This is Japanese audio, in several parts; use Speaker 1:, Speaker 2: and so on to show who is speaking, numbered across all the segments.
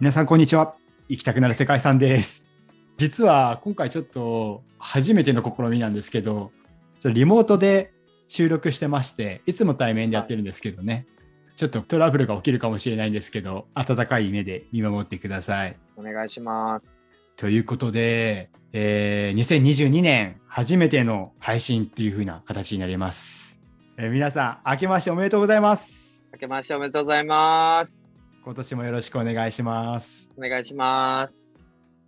Speaker 1: 皆さんこんにちは行きたくなる世界遺産です実は今回ちょっと初めての試みなんですけどちょっとリモートで収録してましていつも対面でやってるんですけどねちょっとトラブルが起きるかもしれないんですけど温かい目で見守ってください
Speaker 2: お願いします。
Speaker 1: ということで、えー2022年初めての配信っていう風な形になります、えー皆さん明けましておめでとうございます
Speaker 2: 明けましておめでとうございます。
Speaker 1: 今年もよろしくお願いします
Speaker 2: お願いします。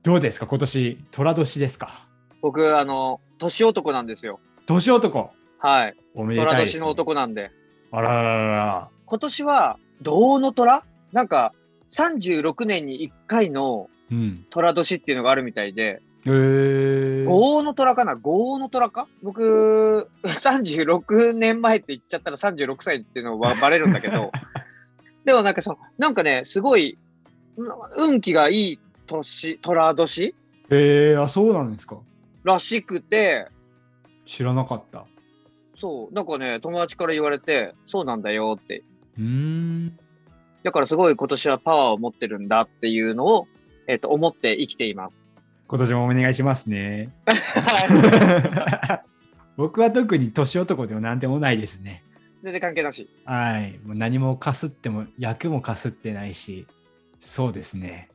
Speaker 1: どうですか今年寅年ですか
Speaker 2: 僕、あの、年男なんですよ。
Speaker 1: 年男
Speaker 2: はい。
Speaker 1: おめで
Speaker 2: 虎
Speaker 1: たいです、
Speaker 2: 年の男なんで。
Speaker 1: あららららら
Speaker 2: 今年は、銅の虎なんか、36年に1回の
Speaker 1: うん
Speaker 2: 虎年っていうのがあるみたいで、
Speaker 1: えー、
Speaker 2: 豪の虎かな豪の虎か僕、36年前って言っちゃったら36歳っていうのはバレるんだけ ど、でもなんかその、なんかね、すごい、うん運気がいい年、虎年
Speaker 1: えー、あそうなんですから
Speaker 2: しくて、
Speaker 1: 知らなかった
Speaker 2: そう、なんかね、友達から言われて、そうなんだよって。
Speaker 1: うーん
Speaker 2: だからすごい今年はパワーを持ってるんだっていうのを、えっ、と、思って生きています。
Speaker 1: 今年もお願いします ね
Speaker 2: はい
Speaker 1: 僕は特に年男でも何でもないですね
Speaker 2: 全然関係なし。
Speaker 1: はい。もう何もかすっても、役もかすってないし、そうですね。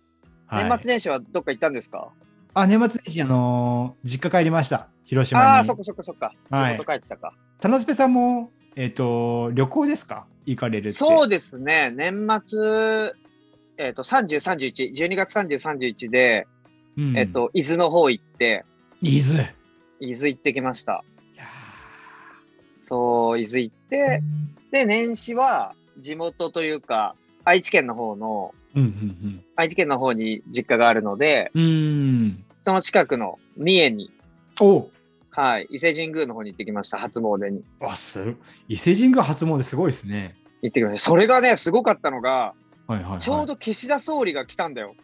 Speaker 1: はい、
Speaker 2: 年末年始はどっか行ったんですか
Speaker 1: あ、年末年始、あのー実家帰りました。広島に。
Speaker 2: ああー、そっかそっかそっか。
Speaker 1: はい
Speaker 2: 地元帰ってたか。
Speaker 1: 田之助さんも、えっ、と、旅行ですか行かれるって。
Speaker 2: そう
Speaker 1: う。
Speaker 2: ですね、年末、えっ、と、30、31、12月30、31で、
Speaker 1: ん、
Speaker 2: えっ、。と、伊豆の方行って、
Speaker 1: 伊豆。い
Speaker 2: 伊豆行ってきました。
Speaker 1: や
Speaker 2: そう、伊豆行って、で、年始は地元というか、愛知県の方の、
Speaker 1: ーうん
Speaker 2: 愛知県の方に実家があるので、
Speaker 1: うんうん。うーん。
Speaker 2: その近くの三重に、
Speaker 1: お
Speaker 2: はい、伊勢神宮の方に行ってきました、初詣に。
Speaker 1: あ、す伊勢神宮初詣すごいですね。
Speaker 2: 行ってきました。それがね、すごかったのが、
Speaker 1: はいはい、はい。
Speaker 2: ちょう。ど岸田総理が来たんだよ。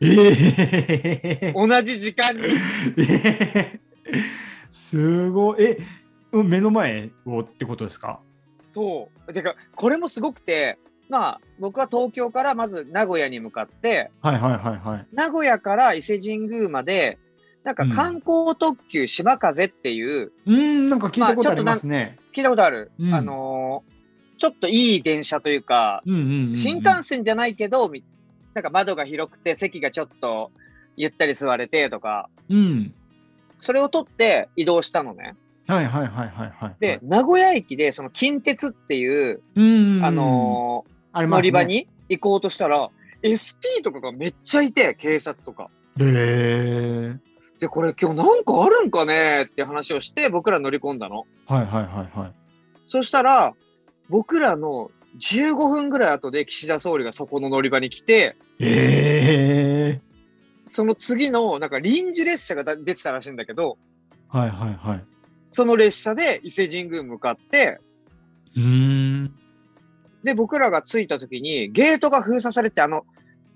Speaker 1: ええー。
Speaker 2: 同じ時間に。
Speaker 1: すごい。え、目の前をってことですか
Speaker 2: そう。てか、これもすごくて、まあ、僕は東京からまず名古屋に向かって、
Speaker 1: はいはいはいはい。
Speaker 2: 名古屋から伊勢神宮まで、なんか観光特急しまかぜっていう、
Speaker 1: うーん、なんか聞いたことありますね。
Speaker 2: 聞いたことある、
Speaker 1: うん
Speaker 2: あのーちょっといい電車というか、
Speaker 1: うんうんうんうん
Speaker 2: 新幹線じゃないけど、みなんか窓が広くて席がちょっとゆったり座れてとか、
Speaker 1: うん。
Speaker 2: それを取って移動したのね。
Speaker 1: はいはいはいはいはい。
Speaker 2: で、、名古屋駅でその近鉄っていう、
Speaker 1: うん。
Speaker 2: あの
Speaker 1: あ
Speaker 2: ー
Speaker 1: りますね
Speaker 2: 乗り場。に行こうとしたら、SP とかがめっちゃいて、警察とか。
Speaker 1: へー
Speaker 2: で、これ今日なんかあるんかねって話をして、僕ら乗り込んだの。
Speaker 1: はいはいはいはい。
Speaker 2: そしたら、僕らの15分ぐらい後で岸田総理がそこの乗り場に来て、
Speaker 1: ええ
Speaker 2: その次のなんか臨時列車が出てたらしいんだけど、
Speaker 1: ー。はいはいはい。
Speaker 2: その列車で伊勢神宮向かって、
Speaker 1: うーん。
Speaker 2: で、僕らが着いた時に、ゲートが封鎖されて、あの、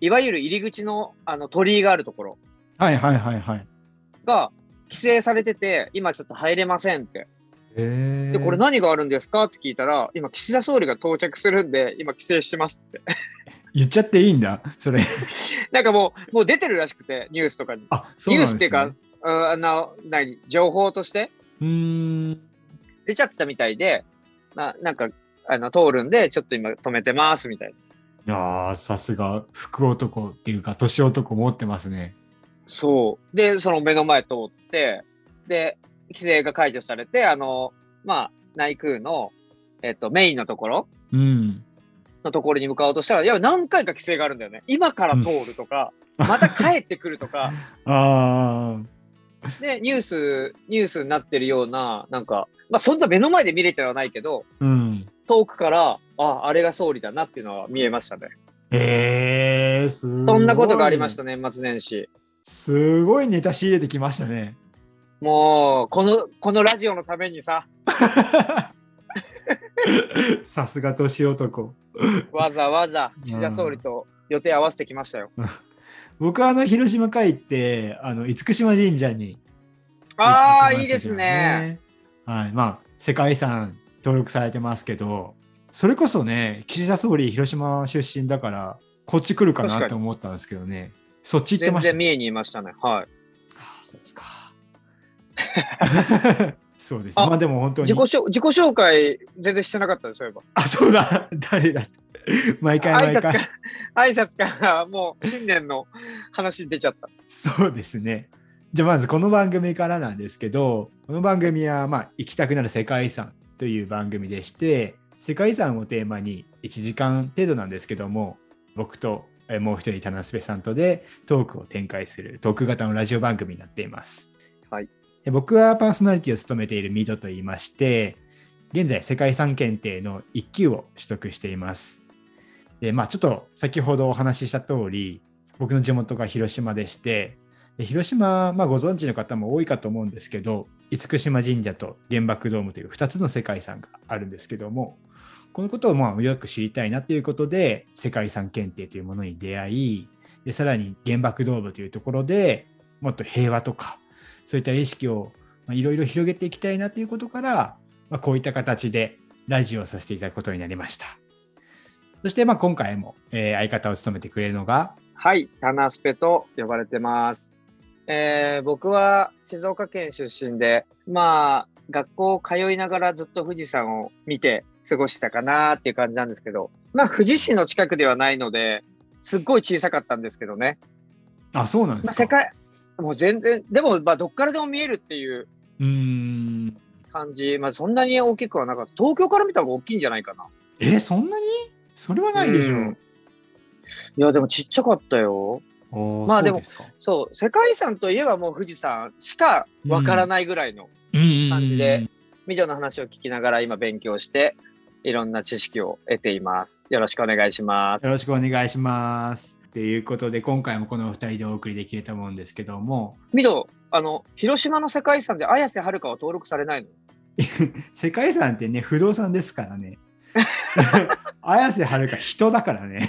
Speaker 2: いわゆる入り口のあの鳥居があるところ
Speaker 1: はいはいはいはい。
Speaker 2: が規制されてて、今ちょっと入れませんって。
Speaker 1: ええ
Speaker 2: で、これ何があるんですかって聞いたら、今岸田総理が到着するんで、今規制してますって。
Speaker 1: 言っちゃっていいんだ、それ。
Speaker 2: なんかもう、もう出てるらしくて、ニュースとかに。
Speaker 1: あ、そう
Speaker 2: ニュ
Speaker 1: な
Speaker 2: ー
Speaker 1: んです、
Speaker 2: ス
Speaker 1: ね、
Speaker 2: っていうか、うんあの、何、情報として
Speaker 1: うーん。
Speaker 2: 出ちゃってたみたいで、ななんか、あの、通るんで、ちょっと今止めてますみたいな。
Speaker 1: いやーさすが、福男っていうか、年男持ってますね。
Speaker 2: そう。で、その目の前通って、で、規制が解除されて、あの、まあ、内宮の、えっと、メインのところ
Speaker 1: うん。
Speaker 2: のところに向かおうとしたら、いや、何回か規制があるんだよね。今から通るとか、また帰ってくるとか、
Speaker 1: あー。
Speaker 2: で、ニュース、ニュースになってるような、なんか、まあ、そんな目の前で見れてはないけど、
Speaker 1: うん。
Speaker 2: 遠くから、あ、あれが総理だなっていうのは見えましたね。
Speaker 1: ええー、すごい
Speaker 2: そんなことがありました、年末年始。
Speaker 1: すごいネタ仕入れてきましたね。
Speaker 2: もう、この、このラジオのためにさ、
Speaker 1: さすが年男。
Speaker 2: わざわざ岸田総理と予定合わせてきましたよ。
Speaker 1: 僕はあの広島帰ってあの厳島神社に
Speaker 2: ああ、
Speaker 1: 行ってきましたけど
Speaker 2: いいですね。。
Speaker 1: はい、まあ世界遺産登録されてますけど、それこそね岸田総理広島出身だからこっち来るか
Speaker 2: 確
Speaker 1: な
Speaker 2: かに
Speaker 1: って思ったんですけどね。そっち行って
Speaker 2: 全
Speaker 1: ました
Speaker 2: 然三重にいましたね。
Speaker 1: あ
Speaker 2: は
Speaker 1: あ、そうです か。そうです。
Speaker 2: あ
Speaker 1: まあでも本
Speaker 2: い。
Speaker 1: 当
Speaker 2: 自己
Speaker 1: に。
Speaker 2: 紹自己紹介全然してなかったです、そういえば。
Speaker 1: あ、そうだ。 誰だ。毎回
Speaker 2: 挨
Speaker 1: 毎回
Speaker 2: 拶か。ら、挨拶から もう新年の話出ちゃった。
Speaker 1: そうですね。じゃあまずこの番組からなんですけど、この番組は、まあ、行きたくなる世界遺産という番組でして、世界遺産をテーマに1時間程度なんですけども、僕とえーもう一人、田中さんとでトークを展開するトーク型のラジオ番組になっています。
Speaker 2: はい
Speaker 1: で僕はパーソナリティを務めているミドと言いまして、現在世界遺産検定の1級を取得しています。で、まあちょっと先ほどお話しした通り、僕の地元が広島でして、で広島、まあ、ご存知の方も多いかと思うんですけど、厳島神社と原爆ドームという2つの世界遺産があるんですけども、このことをまあよく知りたいなということで、世界遺産検定というものに出会い、でさらに原爆ドームというところでもっと平和とか、そういった意識をまあいろいろ広げていきたいなということから、まあ、こういった形でラジオをさせていただくことになりました。そしてまあ今回も、えー相方を務めてくれるのが、
Speaker 2: はい、タナスペと呼ばれてます。えー僕は静岡県出身で、まあ、学校を通いながらずっと富士山を見て過ごしてたかなっていう感じなんですけど、まあ、富士市の近くではないので、すっごい小さかったんですけどね。
Speaker 1: あ、そうなんで
Speaker 2: まあ、
Speaker 1: すか。
Speaker 2: 世界、もう全然、でも、まあ、どっからでも見えるっていう
Speaker 1: うーん。
Speaker 2: 感じ、まあ、そんなに大きくはなかった。東京から見た方が大きいんじゃないかな。
Speaker 1: え、そんなにそれはないでしょ
Speaker 2: うんいや、でもちっちゃかったよ。
Speaker 1: う。
Speaker 2: まあでも
Speaker 1: すか
Speaker 2: そう、世界遺産といえばもう富士山しかわからないぐらいの感じで。ミドの話を聞きながら今勉強して、いろんな知識を得ています。よろしくお願いします。
Speaker 1: よろしくお願いします。ということで、今回もこのお二人でお送りできると思うんですけども、
Speaker 2: ミド、あの、広島の世界遺産で綾瀬はるかは登録されないの
Speaker 1: 世界遺産ってね、不動産ですから ね。綾瀬はるか人だからね。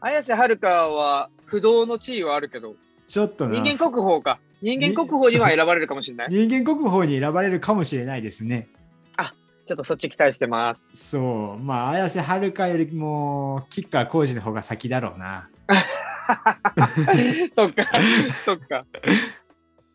Speaker 2: 綾瀬はるかは不動の地位はあるけど、
Speaker 1: ちょっとな
Speaker 2: 人間国宝か。人間国宝には選ばれるかもしれない。
Speaker 1: 人間国宝に選ばれるかもしれないですね。
Speaker 2: ちょっとそっち期待してます。
Speaker 1: そう。まあ、綾瀬はるかよりも、吉川晃司の方が先だろうな。
Speaker 2: そっか、そっか。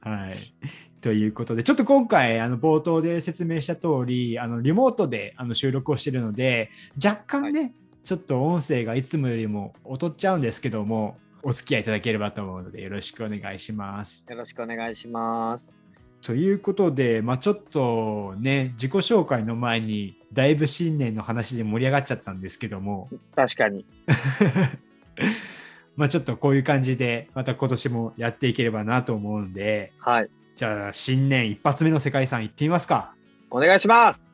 Speaker 1: はい。 ということで、ちょっと今回、あの冒頭で説明した通り、あのリモートであの収録をしているので、若干ね、ちょっと音声がいつもよりも劣っちゃうんですけども、お付き合いいただければと思うので、よろしくお願いします。
Speaker 2: よろしくお願いします。
Speaker 1: ということで、まあ、ちょっとね、自己紹介の前に、だいぶ新年の話で盛り上がっちゃったんですけども、
Speaker 2: 確かに。
Speaker 1: まあちょっとこういう感じで、また今年もやっていければなと思うんで、
Speaker 2: はい。
Speaker 1: じゃあ、新年一発目の世界遺産行ってみますか。
Speaker 2: お願いします。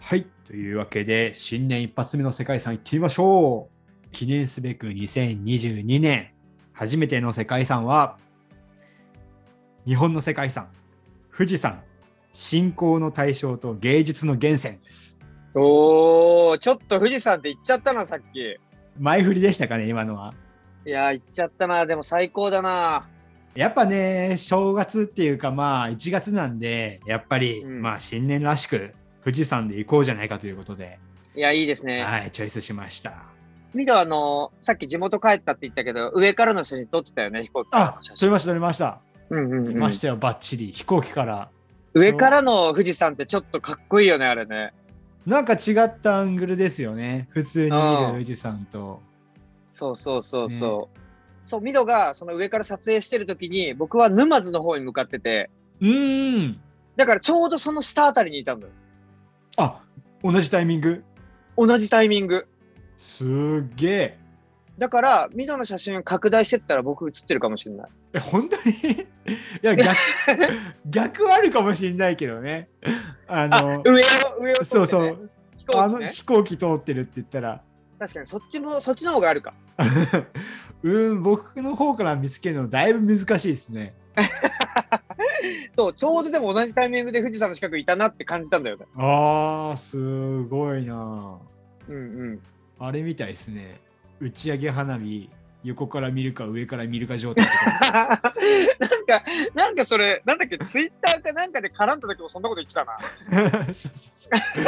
Speaker 1: はい。というわけで、新年一発目の世界遺産行ってみましょう。記念すべく2022年、初めての世界遺産は、日本の世界遺産、富士山、信仰の対象と芸術の源泉です。
Speaker 2: おー、ちょっと富士山って言っちゃったな、さっき。
Speaker 1: 前振りでしたかね、今のは。
Speaker 2: いやー、行っちゃったな。でも最高だな。
Speaker 1: やっぱね、正月っていうか、まあ1月なんで、やっぱり、
Speaker 2: うん
Speaker 1: まあ新年らしく、富士山で行こうじゃないかということで、
Speaker 2: いや、いいですね。
Speaker 1: はい、チョイスしました。
Speaker 2: ミド、あのー、さっき地元帰ったって言ったけど、上からの写真撮ってたよね、飛行機から
Speaker 1: あ
Speaker 2: の、写
Speaker 1: 撮
Speaker 2: 真。
Speaker 1: りました、撮りました。
Speaker 2: うんうん
Speaker 1: い
Speaker 2: うん
Speaker 1: ましたよ、ばっちり。飛行機から。
Speaker 2: 上からの富士山ってちょっとかっこいいよね、あれね。
Speaker 1: なんか違ったアングルですよね。普通に見
Speaker 2: あ
Speaker 1: る
Speaker 2: あ
Speaker 1: 富士山と。
Speaker 2: そうそうそうそう。そう、ミドがその上から撮影してる時に、僕は沼津の方に向かってて、
Speaker 1: うーん。
Speaker 2: だからちょうどその下あたりにいたんだよ。
Speaker 1: あ同じタイミング。
Speaker 2: 同じタイミング。
Speaker 1: すっげえ。
Speaker 2: だから、ミドの写真拡大してったら僕写ってるかもしれない。
Speaker 1: え、本当に いや 逆、逆はあるかもしれないけどね。あ
Speaker 2: あ、
Speaker 1: の、
Speaker 2: 上を、上を撮ってね、
Speaker 1: そうそう、
Speaker 2: 飛行機ね
Speaker 1: あの飛行機通ってるって言ったら、
Speaker 2: 確かに、そっちも、そっちの方があるか。
Speaker 1: うん、僕の方から見つけるのだいぶ難しいですね。
Speaker 2: そう、ちょうどでも同じタイミングで富士山の近くいたなって感じたんだよね。
Speaker 1: ああ、すごいな。
Speaker 2: うんうん。
Speaker 1: あれみたいですね。打ち上げ花火、横から見るか上から見るか状態とかです
Speaker 2: なんか、なんかそれ、なんだっけ、ツイッターかなんかで絡んだ時もそんなこと言ってたな。
Speaker 1: そ うそうそう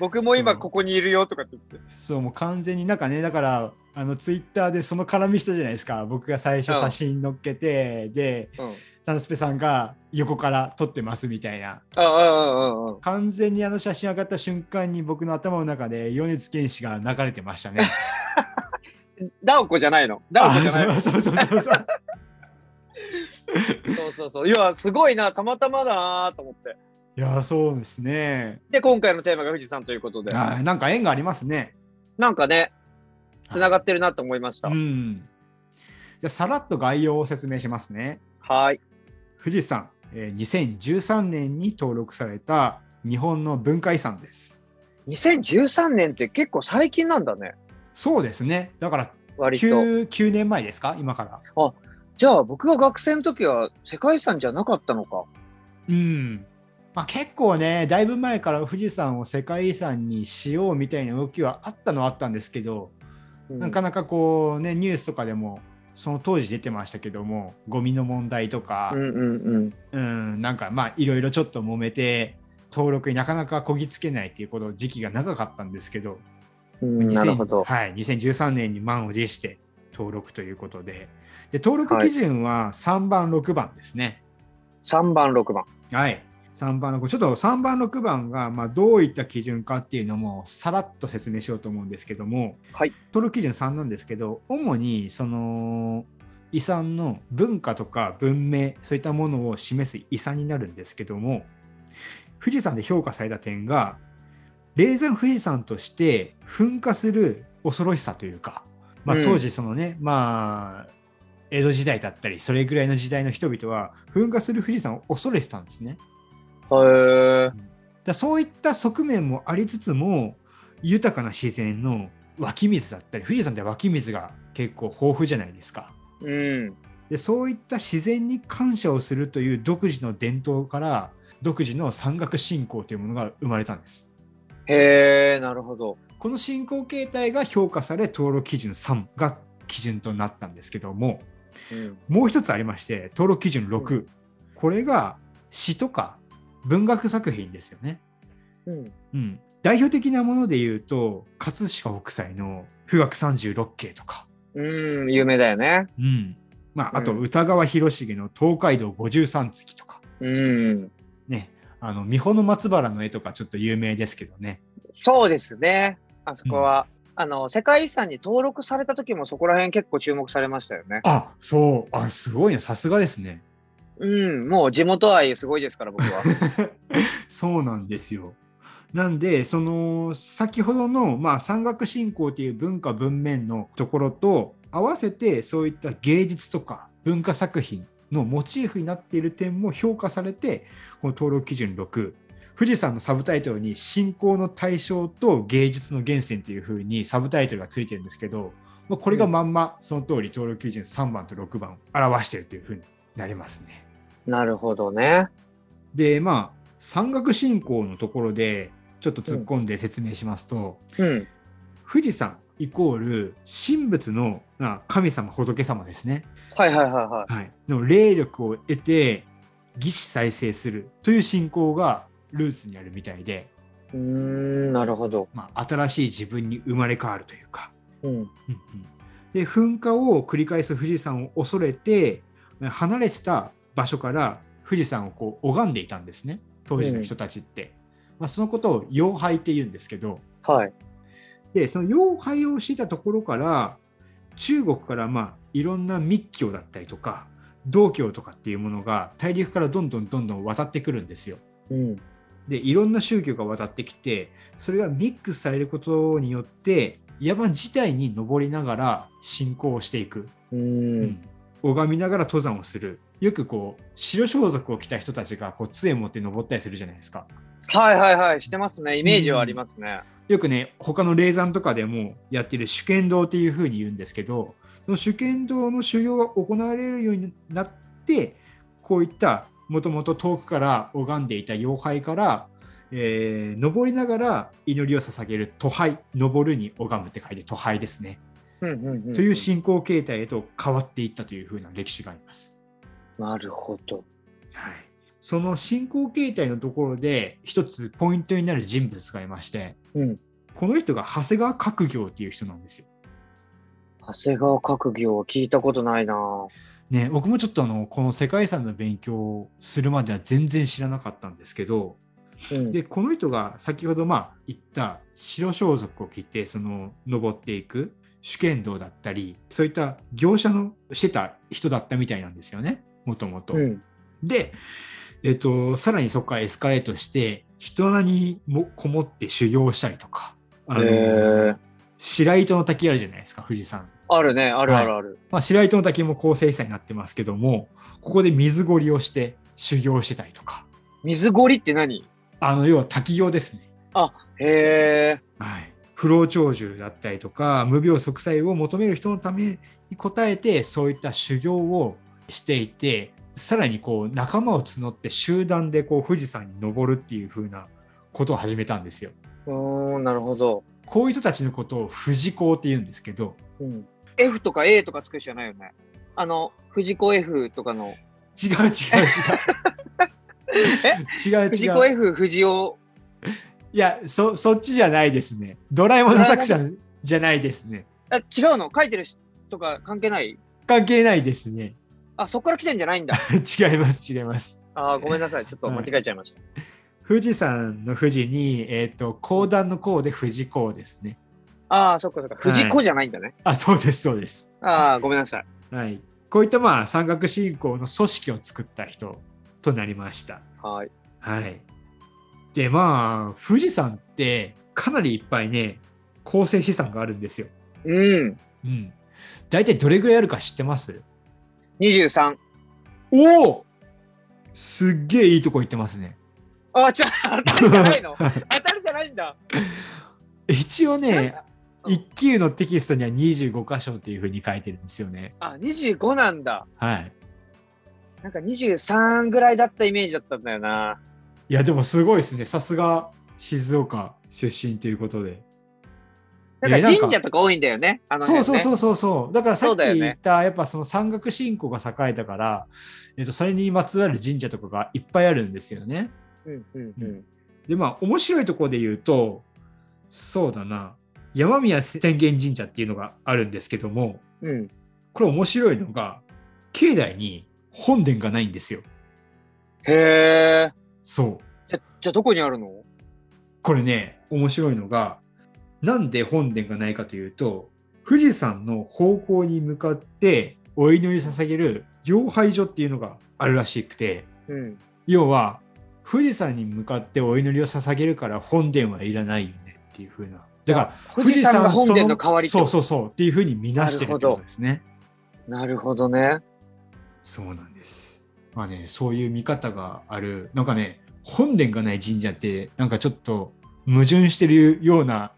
Speaker 2: 僕も今
Speaker 1: そう
Speaker 2: ここにいるよとかって言って。
Speaker 1: そうもう完全になんかねだからあのツイッターでその絡みしたじゃないですか僕が最初
Speaker 2: うん
Speaker 1: 写真載っけて、で
Speaker 2: うん。
Speaker 1: タンスペさんが横から撮ってますみたいな
Speaker 2: ああ、うんうんうん。
Speaker 1: 完全にあの写真上がった瞬間に僕の頭の中で米津玄師が流れてましたね。
Speaker 2: ダオコじゃないの。 ダオコじゃないの。
Speaker 1: あそうそうそう そうそう
Speaker 2: そうそうそう。いや、すごいな、たまたまだなと思って。
Speaker 1: いやそうですね。
Speaker 2: で、今回のテーマが富士山ということで、
Speaker 1: あなんか縁がありますね。
Speaker 2: なんかね、つながってるなと思いました
Speaker 1: う。ん。じゃあさらっと概要を説明しますね。
Speaker 2: はい。
Speaker 1: 富士山、えー2013年に登録された日本の文化遺産です。
Speaker 2: 2013年って結構最近なんだね、
Speaker 1: そうですね。だから
Speaker 2: 割と。
Speaker 1: 9, 9年前ですか今から。
Speaker 2: じゃあ、僕が学生の時は世界遺産じゃなかったのか。
Speaker 1: うん。まあ、結構ね、だいぶ前から富士山を世界遺産にしようみたいな動きはあったのはあったんですけど、
Speaker 2: うん
Speaker 1: なかなかこうね、ニュースとかでも、その当時出てましたけども、ゴミの問題とか
Speaker 2: う、んうんうん。
Speaker 1: うん、なんかまあいろいろちょっと揉めて登録になかなかこぎつけないっていうこと時期が長かったんですけど、
Speaker 2: うん、なるほど
Speaker 1: 2000。はい、2013年に満を持して登録ということでで登録基準は3番、6番ですね。
Speaker 2: 3番、6番。
Speaker 1: はい3番のちょっと3番、6番がまあどういった基準かっていうのもさらっと説明しようと思うんですけども、
Speaker 2: はい
Speaker 1: 登録基準3なんですけど主にその遺産の文化とか文明そういったものを示す遺産になるんですけども富士山で評価された点が霊山富士山として噴火する恐ろしさというか、まあ
Speaker 2: うん
Speaker 1: 当時そのね、まあ江戸時代だったりそれぐらいの時代の人々は噴火する富士山を恐れてたんですね。
Speaker 2: へえ。
Speaker 1: だそういった側面もありつつも豊かな自然の湧き水だったり富士山って湧き水が結構豊富じゃないですか
Speaker 2: うん。
Speaker 1: でそういった自然に感謝をするという独自の伝統から独自の山岳信仰というものが生まれたんです
Speaker 2: へえ、なるほど。
Speaker 1: この信仰形態が評価され登録基準3が基準となったんですけども
Speaker 2: うん。
Speaker 1: もう一つありまして登録基準6、
Speaker 2: う
Speaker 1: これが詩とか文学作品ですよね
Speaker 2: うん、
Speaker 1: うん、代表的なもので言うと葛飾北斎の「富岳三十六景」とか、
Speaker 2: うん、有名だよね。
Speaker 1: うんまあ、あと
Speaker 2: うん
Speaker 1: 歌川広重の「東海道五十三月」とか、
Speaker 2: うん。
Speaker 1: ね、あの三保松原の絵とかちょっと有名ですけどね。
Speaker 2: そうですね。あそこは、あの、世界遺産に登録された時もそこら辺結構注目されましたよね。
Speaker 1: あそうあすごいねさすがですね。
Speaker 2: うん、もう地元愛すごいですから、僕は。
Speaker 1: そうなんですよ。なんでその先ほどの、まあ、山岳信仰という文化文面のところと合わせてそういった芸術とか文化作品のモチーフになっている点も評価されてこの登録基準6富士山のサブタイトルに「信仰の対象と芸術の源泉」というふうにサブタイトルがついてるんですけどまあこれがまんまその通り登録基準3番と6番を表しているというふうになりますね。
Speaker 2: なるほどね。
Speaker 1: でまあ山岳信仰のところでちょっと突っ込んで説明しますと、
Speaker 2: うん。
Speaker 1: 富士山イコール神仏のまあ神様仏様ですね、
Speaker 2: はいはいはいは
Speaker 1: はい、の霊力を得て義士再生するという信仰がルーツにあるみたいで、
Speaker 2: い。うーん、なるほど。
Speaker 1: まあ、新しい自分に生まれ変わるというか。
Speaker 2: うん。
Speaker 1: うんうんで噴火を繰り返す富士山を恐れて離れてた場所から富士山をこう拝んでいたんですね当時の人たちって、まあ、そのことを妖拝って言うんですけど
Speaker 2: はい。
Speaker 1: でその妖拝をしていたところから中国からまあいろんな密教だったりとか道教とかっていうものが大陸からどんどんどんどん渡ってくるんですよ。
Speaker 2: うん。
Speaker 1: でいろんな宗教が渡ってきてそれがミックスされることによって山自体に登りながら信仰をしていく、
Speaker 2: う。
Speaker 1: うん拝みながら登山をするよくこう白装束を着た人たちがこう杖持って登ったりするじゃないですか
Speaker 2: はいはいはい。してますね。イメージはありますね。
Speaker 1: よくね他の霊山とかでもやってる主剣道っていう風に言うんですけどその主剣道の修行が行われるようになってこういったもともと遠くから拝んでいた妖怪から、えー登りながら祈りを捧げる「徒拝」「登る」に拝むって書いて「徒拝」ですね。
Speaker 2: うん
Speaker 1: という進行形態へと変わっていったというふうな歴史があります。
Speaker 2: なるほど。
Speaker 1: はい、その進行形態のところで一つポイントになる人物がいまして
Speaker 2: うん。
Speaker 1: この人が長谷川角業っていう人なんですよ。
Speaker 2: 長谷川閣業は聞いたことないなぁ
Speaker 1: ね、僕もちょっとあのこの世界遺産の勉強をするまでは全然知らなかったんですけど
Speaker 2: うん
Speaker 1: でこの人が先ほどまあ言った白装束を着てその登っていく主剣道だったりそういった業者のしてた人だったみたいなんですよねもともと。
Speaker 2: うん。
Speaker 1: で、えっとさらにそこからエスカレートして人なにもこもって修行したりとかあの、
Speaker 2: へえ。
Speaker 1: 白糸の滝あるじゃないですか富士山。
Speaker 2: あるね、あるあるある。
Speaker 1: まあ、白糸の滝も構成遺産になってますけどもここで水ごりをして修行してたりとか
Speaker 2: 水ごりって何
Speaker 1: あの要は滝行ですね、
Speaker 2: へえ。
Speaker 1: はい、不老長寿だったりとか無病息災を求める人のために応えてそういった修行をしていてさらにこう仲間を募って集団でこう富士山に登るっていう風なことを始めたんですよ。
Speaker 2: うーん、なるほど。
Speaker 1: こういう人たちのことを富士講って言うんですけど
Speaker 2: うん F とか A とかつく人じゃないよね。あの、藤子 F とか の。
Speaker 1: 違う違う違う違う
Speaker 2: 藤
Speaker 1: 違
Speaker 2: 子
Speaker 1: う
Speaker 2: F 藤尾。
Speaker 1: いや、そ、そっちじゃないですね。ドラえもんの作者じゃないですね。
Speaker 2: あ、違うの書いてる人とか関係ない
Speaker 1: 関係ないですね。
Speaker 2: あ、そこから来てんじゃない んだ。
Speaker 1: 違います、違います。
Speaker 2: あーごめんなさい。ちょっと間違えちゃいました。
Speaker 1: 富士山の富士に、えっ、と、高段の高で富士高ですね。
Speaker 2: ああ、そっかそっか。藤子じゃないんだね。
Speaker 1: あ、そうです、そうです。
Speaker 2: ああ、ごめんなさい。
Speaker 1: はい。こういった、まあ、山岳信仰の組織を作った人となりました。
Speaker 2: はい。
Speaker 1: はい。で、まあ、富士山って、かなりいっぱいね、構成資産があるんですよ。
Speaker 2: うん。
Speaker 1: うん。大体どれぐらいあるか知ってます
Speaker 2: 23。
Speaker 1: おおすっげえいいとこ行ってますね。
Speaker 2: あー、じゃあ、当たりじゃないの当たりじゃないんだ。
Speaker 1: 一応ね、
Speaker 2: うん
Speaker 1: 一級のテキストには25箇所っていうふうに書いてるんですよね。
Speaker 2: あ、25なんだ。
Speaker 1: はい。
Speaker 2: なんか23ぐらいだったイメージだったんだよな。
Speaker 1: いや、でもすごいですね。さすが静岡出身ということで。
Speaker 2: なん
Speaker 1: え
Speaker 2: か
Speaker 1: なんか
Speaker 2: 神社とか多いんだよね。あの
Speaker 1: そう
Speaker 2: 辺
Speaker 1: そうそう
Speaker 2: ね。
Speaker 1: そうそう。だからさ
Speaker 2: そ
Speaker 1: っ
Speaker 2: う
Speaker 1: き
Speaker 2: だよね
Speaker 1: 言った、やっぱその山岳信仰が栄えたから、えっと、それにまつわる神社とかがいっぱいあるんですよね。
Speaker 2: うんうんうん。
Speaker 1: で、まあ、面白いところで言うと、そうだな、山宮浅間神社っていうのがあるんですけども、
Speaker 2: うん、
Speaker 1: これ面白いのが、境内に本殿がないんですよ。
Speaker 2: へえ。
Speaker 1: そう。
Speaker 2: じゃ、じゃあどこにあるの
Speaker 1: これね、面白いのが、なんで本殿がないかというと、富士山の方向に向かってお祈り捧げる養拝所っていうのがあるらしくて、
Speaker 2: うん。
Speaker 1: 要は、富士山に向かってお祈りを捧げるから本殿はいらないよねっていう風な。だから、
Speaker 2: 富士山が本殿の代わりって
Speaker 1: そ
Speaker 2: こ
Speaker 1: うそうそうっていう風に見なしてるってことですね。
Speaker 2: なるほどね。
Speaker 1: そうなんです。まあね、そういう見方がある、なんかね、本殿がない神社って、なんかちょっと矛盾してるような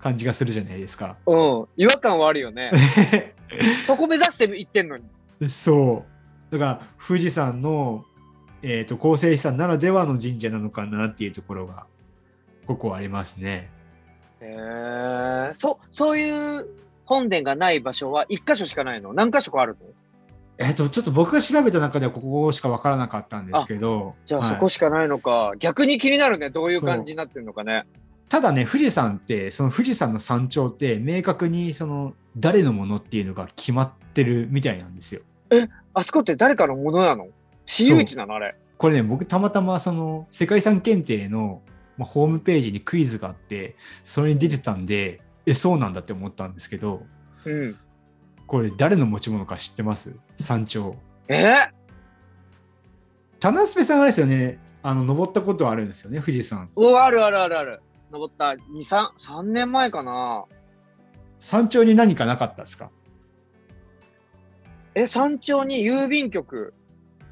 Speaker 1: 感じがするじゃないです か。
Speaker 2: うん。違和感はある よね。そこ目指して行ってんのに。
Speaker 1: そう。だから、富士山の、えー、と構成資産ならではの神社なのかなっていうところが、ここはありますね。
Speaker 2: へえ。そ、そういう本殿がない場所は一箇所しかないの何箇所かあるの
Speaker 1: えっ、と、ちょっと僕が調べた中ではここしか分からなかったんですけど、
Speaker 2: じゃあ
Speaker 1: はい
Speaker 2: そこしかないのか。逆に気になるね。どういう感じになってるのかね。
Speaker 1: ただね、富士山って、その富士山の山頂って、明確にその誰のものっていうのが決まってるみたいなんですよ。
Speaker 2: あそこって誰かのものなの私有地なのあれ。
Speaker 1: これね、僕たまたまその世界遺産検定のまあホームページにクイズがあって、それに出てたんで、え、そうなんだって思ったんですけど、
Speaker 2: うん。
Speaker 1: これ誰の持ち物か知ってます山頂。
Speaker 2: え
Speaker 1: 田之助さんあれですよね、あの、登ったことあるんですよね、富士山。
Speaker 2: うわ、あるあるあるある。登った2、3、3年前かな。
Speaker 1: 山頂に何かなかったですか
Speaker 2: え、山頂に郵便局。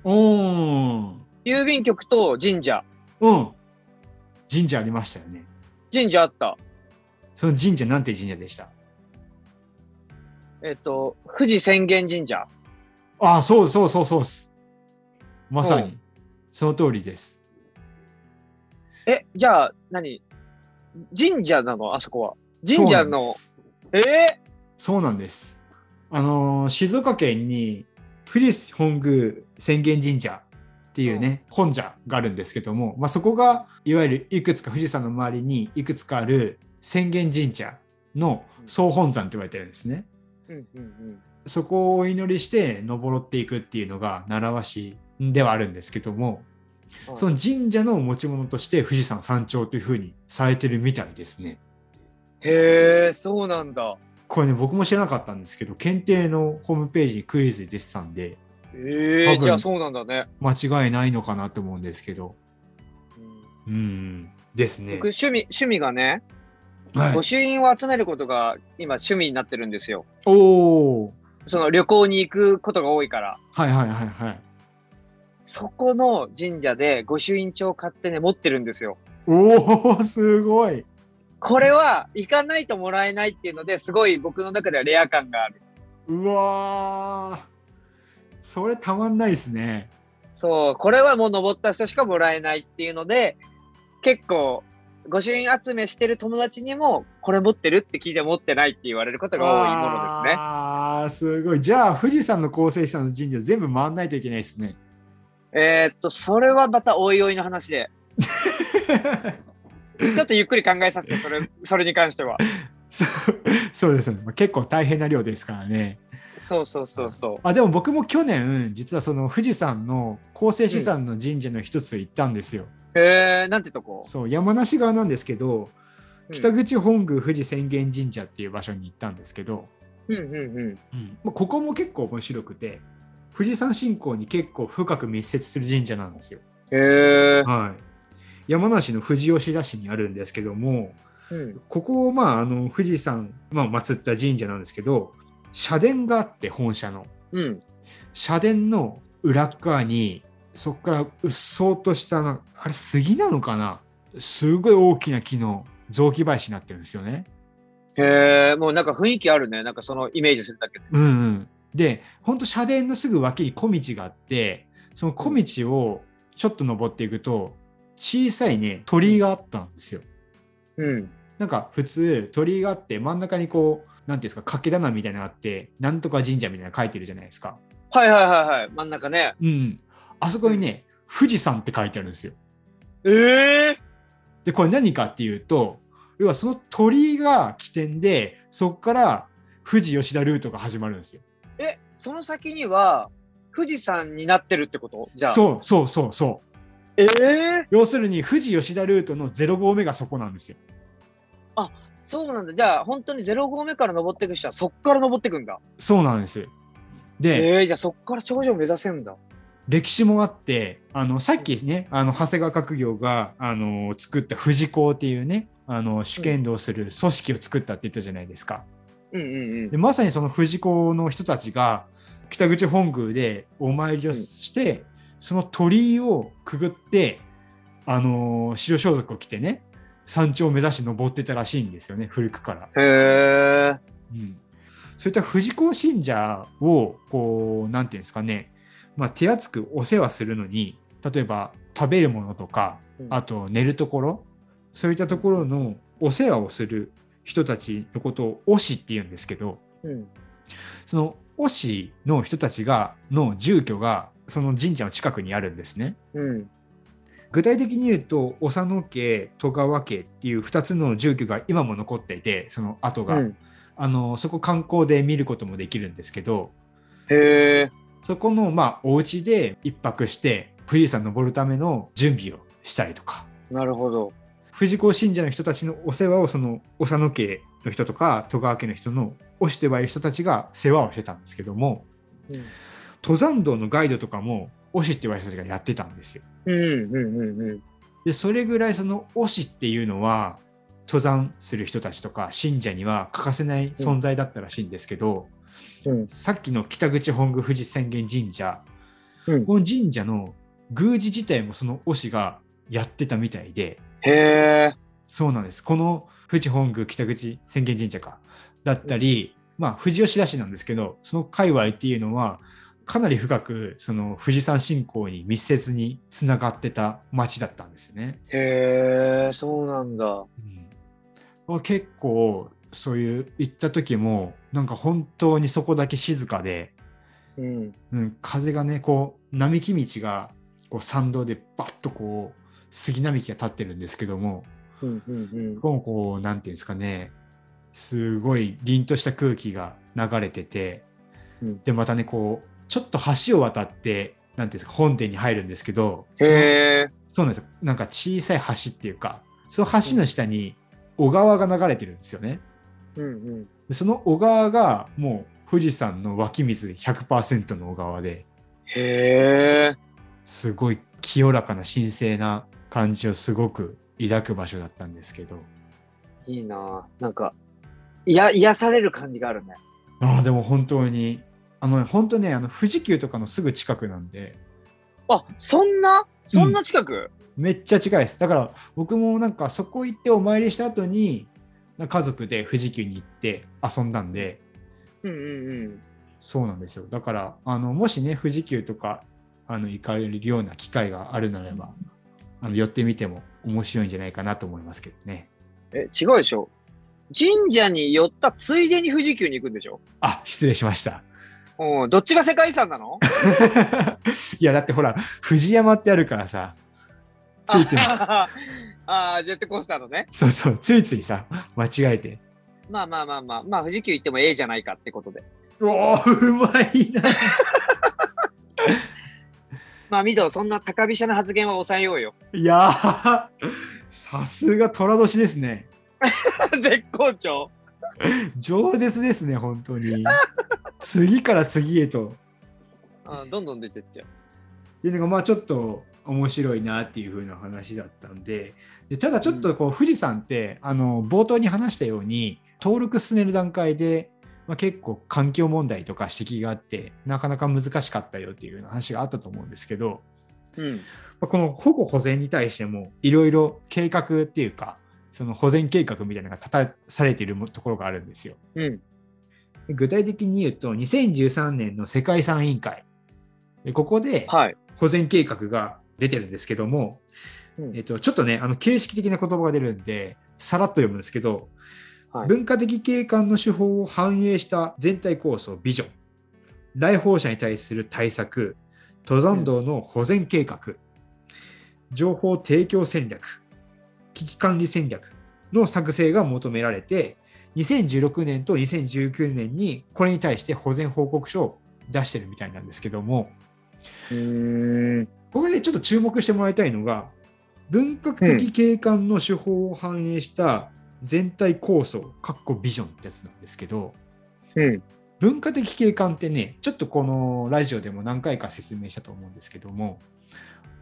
Speaker 1: うーん。
Speaker 2: 郵便局と神社。
Speaker 1: うん。神社ありましたよね。
Speaker 2: 神社あった。
Speaker 1: その神社なんて神社でした
Speaker 2: えっ、と、富士浅間神社。
Speaker 1: ああ、そうそうそうそうっす。まさに、その通りです。
Speaker 2: え、じゃあ、何神社なのあそこは。神社の。
Speaker 1: そうなんです
Speaker 2: えー
Speaker 1: そうなんです。あのー静岡県に富士本宮浅間神社っていうね、本社があるんですけども、まあ、そこがいわゆるいくつか富士山の周りにいくつかある浅間神社の総本山と言われてるんですね。
Speaker 2: うんうんうん。
Speaker 1: そこをお祈りして登っていくっていうのが習わしではあるんですけども、
Speaker 2: はい
Speaker 1: その神社の持ち物として富士山山頂というふうにされてるみたいですね。
Speaker 2: へえ、そうなんだ。
Speaker 1: これね僕も知らなかったんですけど検定のホームページにクイズで出てたんで
Speaker 2: え
Speaker 1: 多
Speaker 2: え、
Speaker 1: 分
Speaker 2: じゃあそうなんだね。
Speaker 1: 間違いないのかなと思うんですけど
Speaker 2: うん
Speaker 1: うんですね
Speaker 2: 僕、趣味、趣味がね、
Speaker 1: はい
Speaker 2: 御、朱印を集めることが今趣味になってるんですよ。
Speaker 1: おお
Speaker 2: その旅行に行くことが多いから。
Speaker 1: はいはいはいはい
Speaker 2: そこの神社で御朱印帳を買ってね、持ってるんですよ。
Speaker 1: おおすごい
Speaker 2: これは行かないともらえないっていうのですごい僕の中ではレア感がある。
Speaker 1: うわーそれたまんないですね
Speaker 2: そう、これはもう登った人しかもらえないっていうので、結構、御朱印集めしてる友達にも、これ持ってるって聞いて持ってないって言われることが多いものですね。
Speaker 1: あーすごいじゃあ富士山の構成資産の神社全部回んないといけないですね
Speaker 2: えーっと、それはまたおいおいの話 で、ちょっとゆっくり考えさせて、それ、それに関しては。
Speaker 1: そう そうですねまあ結構大変な量ですからね
Speaker 2: そうそうそうそ
Speaker 1: あでも僕も去年実はその富士山の構成資産の神社の一つ行ったんですよ、
Speaker 2: う。へえー、なんてとこ
Speaker 1: そう山梨側なんですけど北口本宮富士浅間神社っていう場所に行ったんですけど、
Speaker 2: うんうんうん。
Speaker 1: まあここも結構面白くて富士山信仰に結構深く密接する神社なんですよ、
Speaker 2: へえー。
Speaker 1: はい、山梨の富士吉田市にあるんですけども
Speaker 2: うん
Speaker 1: ここをまああの富士山、まあ、祀った神社なんですけど社殿があって本社の
Speaker 2: うん。
Speaker 1: 社殿の裏っ側にそこからうっそうとしたなあれ杉なのかなすごい大きな木の雑木林になってるんですよね。
Speaker 2: へえ、もうなんか雰囲気あるね。なんかそのイメージするだけで。
Speaker 1: うんうん、でほんと社殿のすぐ脇に小道があってその小道をちょっと登っていくと小さいね鳥居があったんですよ。
Speaker 2: うん。
Speaker 1: なんか普通鳥居があって真ん中にこう何ていうんですか掛け棚みたいなのがあってなんとか神社みたいなの書いてるじゃないですか。
Speaker 2: はいはいはいはい。真ん中ね。
Speaker 1: うん、あそこにね富士山って書いてあるんですよ。
Speaker 2: ええ
Speaker 1: でこれ何かっていうと要はその鳥居が起点でそこから富士吉田ルートが始まるんですよ。
Speaker 2: え、その先には、富士山になってるってことじゃあ。う。
Speaker 1: そうそうそうそう。
Speaker 2: ええ
Speaker 1: 要するに富士吉田ルートの0合目がそこなんですよ。
Speaker 2: そうなんだ。じゃあ、本当に0合目から登っていく人は、そっから登っていくんだ。
Speaker 1: そうなんです。で、
Speaker 2: ええじゃあそっから頂上目指せんだ。
Speaker 1: 歴史もあってあのさっきねあの長谷川閣業があの作った富士校っていうねあの主剣道する組織を作ったって言ったじゃないですか。
Speaker 2: うんうん
Speaker 1: で
Speaker 2: うん。
Speaker 1: まさにその藤子の人たちが北口本宮でお参りをして、その鳥居をくぐって、あのー白装束を着てね山頂を目指して登ってたらしいんですよね古くから。
Speaker 2: へえ。
Speaker 1: うん、そういった藤子信者をこうなんていうんですかね、まあ、手厚くお世話するのに例えば食べるものとかあと寝るところそういったところのお世話をする人たちのことを「推し」っていうんですけど。
Speaker 2: うん。
Speaker 1: その推しの人たちがの住居がその神社の近くにあるんですね。
Speaker 2: うん。
Speaker 1: 具体的に言うと長野家戸川家っていう2つの住居が今も残っていてその跡
Speaker 2: う
Speaker 1: が、
Speaker 2: ん。
Speaker 1: あのそこ観光で見ることもできるんですけど
Speaker 2: へえ。
Speaker 1: そこのまあお家で一泊して富士山登るための準備をしたりとか
Speaker 2: なるほど。
Speaker 1: 富士子信者の人たちのお世話をその長野家の人とか戸川家の人の推してはいる人たちが世話をしてたんですけども、
Speaker 2: うん
Speaker 1: 登山道のガイドとかもオシって言われた人たちがやってたんですよ。
Speaker 2: うんうんうんうん。
Speaker 1: でそれぐらいそのオシっていうのは登山する人たちとか信者には欠かせない存在だったらしいんですけど、
Speaker 2: うん
Speaker 1: さっきの北口本宮富士浅間神社、
Speaker 2: うん
Speaker 1: この神社の宮司自体もそのオシがやってたみたいで
Speaker 2: へえ。
Speaker 1: そうなんですこの富士本宮北口浅間神社かだったり、まあ富士吉田市なんですけどその界隈っていうのはかなり深くその富士山信仰に密接につながってた町だったんですね。
Speaker 2: へえ、そうなんだ。
Speaker 1: うん、結構そういう行った時もなんか本当にそこだけ静かで、
Speaker 2: うん。
Speaker 1: うん、風がねこう並木道がこう参道でバッとこう杉並木が立ってるんですけども
Speaker 2: うん。うん。
Speaker 1: こうこうなんていうんですかねすごい凛とした空気が流れてて、
Speaker 2: うん
Speaker 1: でまたねこうちょっと橋を渡ってなんていうんですか本殿に入るんですけど
Speaker 2: へえ。
Speaker 1: そうなんですよなんか小さい橋っていうかその橋の下に小川が流れてるんですよね。
Speaker 2: うん。うん。
Speaker 1: でその小川がもう富士山の湧き水100%の小川で
Speaker 2: へえ。
Speaker 1: すごい清らかな神聖な感じをすごく抱く場所だったんですけど
Speaker 2: いいなぁなんか、いや、癒される感じがあるね。
Speaker 1: ああでも本当にあの本当ねあの富士急とかのすぐ近くなんで
Speaker 2: あ、そんなそんな近く、
Speaker 1: めっちゃ近いですだから僕もなんかそこ行ってお参りした後になんか家族で富士急に行って遊んだんで
Speaker 2: うん、うんうん
Speaker 1: そうなんですよだからあのもしね富士急とかあの行かれるような機会があるならばあの寄ってみても面白いんじゃないかなと思いますけどね
Speaker 2: え、違うでしょ神社に寄ったついでに富士急に行くんでしょ
Speaker 1: あ失礼しました
Speaker 2: うん、どっちが世界遺産なの
Speaker 1: いやだってほら藤山ってあるからさ ついつい
Speaker 2: ああー、ジェットコースターのね。
Speaker 1: そうそうついついさ間違えて
Speaker 2: まあまあまあまあ、まあ富士急行ってもええじゃないかってことで。
Speaker 1: おおうまいな
Speaker 2: まあ、ミド、そんな高飛車な発言は抑えよう よ。
Speaker 1: いやーさすが虎年ですね
Speaker 2: 絶好調。
Speaker 1: 饒舌ですね本当に次から次へと
Speaker 2: うん、どんどん出てっちゃう。
Speaker 1: でなんかまあちょっと面白いなっていう風な話だったんででただちょっとこう富士山ってあの冒頭に話したように登録進める段階で、まあ、結構環境問題とか指摘があってなかなか難しかったよっていうような話があったと思うんですけど、
Speaker 2: うん。
Speaker 1: まあこの保護保全に対してもいろいろ計画っていうかその保全計画みたいなのが立たされているところがあるんですよ。
Speaker 2: うん。
Speaker 1: 具体的に言うと2013年の世界遺産委員会でここで、
Speaker 2: はい。
Speaker 1: 保全計画が出てるんですけども、
Speaker 2: うん
Speaker 1: えっと、ちょっとね、あの形式的な言葉が出るんで、さらっと読むんですけど、
Speaker 2: はい
Speaker 1: 文化的景観の手法を反映した全体構想、ビジョン、来訪者に対する対策、登山道の保全計画、情報提供戦略、危機管理戦略の作成が求められて、2016年と2019年にこれに対して保全報告書を出してるみたいなんですけども、
Speaker 2: うーん。
Speaker 1: ここでちょっと注目してもらいたいのが、文化的景観の手法を反映した全体構想、かっこビジョンってやつなんですけど、
Speaker 2: うん。
Speaker 1: 文化的景観ってね、ちょっとこのラジオでも何回か説明したと思うんですけども、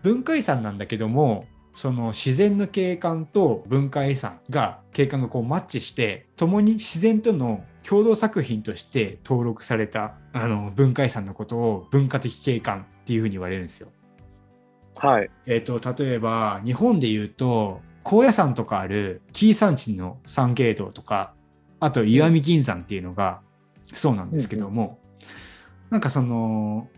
Speaker 1: 文化遺産なんだけども、その自然の景観と文化遺産が景観がこうマッチして共に自然との共同作品として登録されたあの文化遺産のことを文化的景観っていうふうに言われるんですよ。
Speaker 2: はい。
Speaker 1: えっと例えば日本で言うと高野山とかある紀伊山地の山系道とかあと石見銀山っていうのがそうなんですけども、なんかその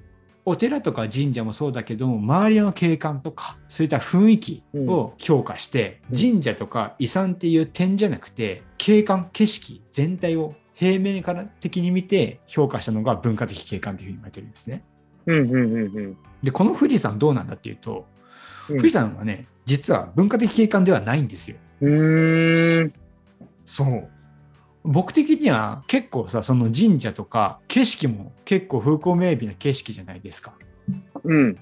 Speaker 1: お寺とか神社もそうだけども周りの景観とかそういった雰囲気を評価して、
Speaker 2: うん
Speaker 1: 神社とか遺産っていう点じゃなくて景観景色全体を平面から的に見て評価したのが文化的景観っていうふうに言われてるんですね。
Speaker 2: うんうんうんうん。
Speaker 1: でこの富士山どうなんだっていうと
Speaker 2: 富
Speaker 1: 富士山はね、実は文化的景観ではないんですよ。
Speaker 2: うーん。
Speaker 1: そう。僕的には結構さ、その神社とか景色も結構風光明媚な景色じゃないですか。
Speaker 2: うん。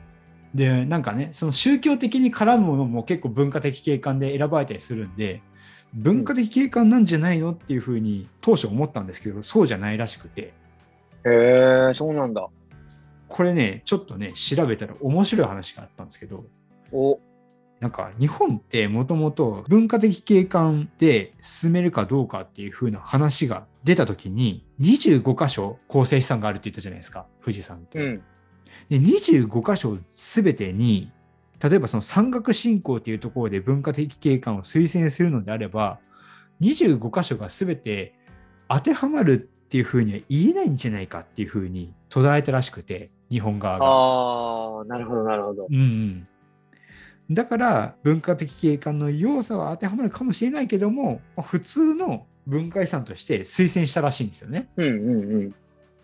Speaker 1: で、なんかね、その宗教的に絡むものも結構文化的景観で選ばれたりするんで、文化的景観なんじゃないのっていうふうに当初思ったんですけど、そうじゃないらしくて、
Speaker 2: へえ、そうなんだ。
Speaker 1: これね、ちょっとね、調べたら面白い話があったんですけど、
Speaker 2: お、
Speaker 1: なんか日本ってもともと文化的景観で進めるかどうかっていう風な話が出た時に25箇所構成資産があるって言ったじゃないですか富士山って。
Speaker 2: うん。
Speaker 1: で25箇所全てに例えばその山岳振興っていうところで文化的景観を推薦するのであれば25箇所が全て当てはまるっていう風には言えないんじゃないかっていう風に途絶えたらしくて日本側が。
Speaker 2: ああ、なるほど、なるほど。
Speaker 1: うんうんだから文化的景観の要素は当てはまるかもしれないけども普通の文化遺産として推薦したらしいんですよね。
Speaker 2: うんうん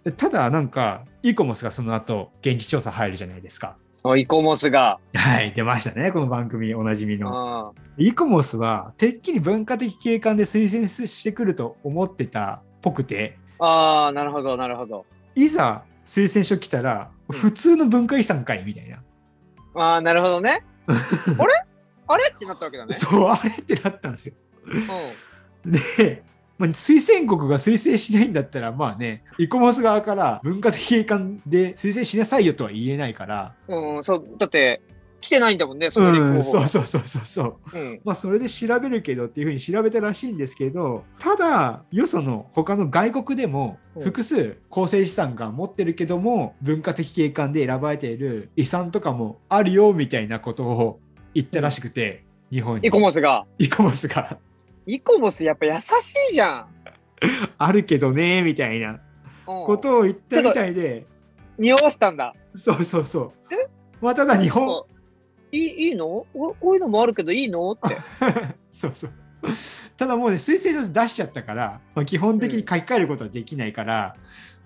Speaker 1: でただ、なんか、イコモスがその後、現地調査入るじゃないですか。
Speaker 2: うん。あイコモスが。
Speaker 1: はい、出ましたね、この番組、おなじみの。
Speaker 2: あ
Speaker 1: イコモスは、てっきり文化的景観で推薦してくると思ってたっぽくて、
Speaker 2: あー、なるほど、なるほど。
Speaker 1: いざ推薦書来たら、
Speaker 2: ん
Speaker 1: 普通の文化遺産かいみたいな。
Speaker 2: ああ、なるほどね。あれあれってなったわけだね。
Speaker 1: そう、あれってなったんですよ。
Speaker 2: うん
Speaker 1: で、まあ、推薦国が推薦しないんだったら、まあね、イコモス側から文化的景観で推薦しなさいよとは言えないから、
Speaker 2: うん、そう、だって、来てないんだもんね、その立
Speaker 1: うん、
Speaker 2: 候補
Speaker 1: そう
Speaker 2: が。
Speaker 1: そうそうそうそう。
Speaker 2: うん。
Speaker 1: まあ、それで調べるけどっていうふうに調べたらしいんですけどただよその他の外国でも
Speaker 2: うん
Speaker 1: 複数構成資産が持ってるけども文化的景観で選ばれている遺産とかもあるよみたいなことを言ったらしくて、日本に
Speaker 2: イコモスが。
Speaker 1: イコモスが
Speaker 2: イコモスやっぱ優しいじゃん。
Speaker 1: あるけどねみたいなこ
Speaker 2: こと
Speaker 1: を言ったみたいで
Speaker 2: 匂わせたんだ。
Speaker 1: そうそうそう。まあ、ただ日本
Speaker 2: いいいいのおこういうのもあるけどいいのって。
Speaker 1: そうそうただもうね推薦書出しちゃったから、まあ、基本的に書き換えることはできないから、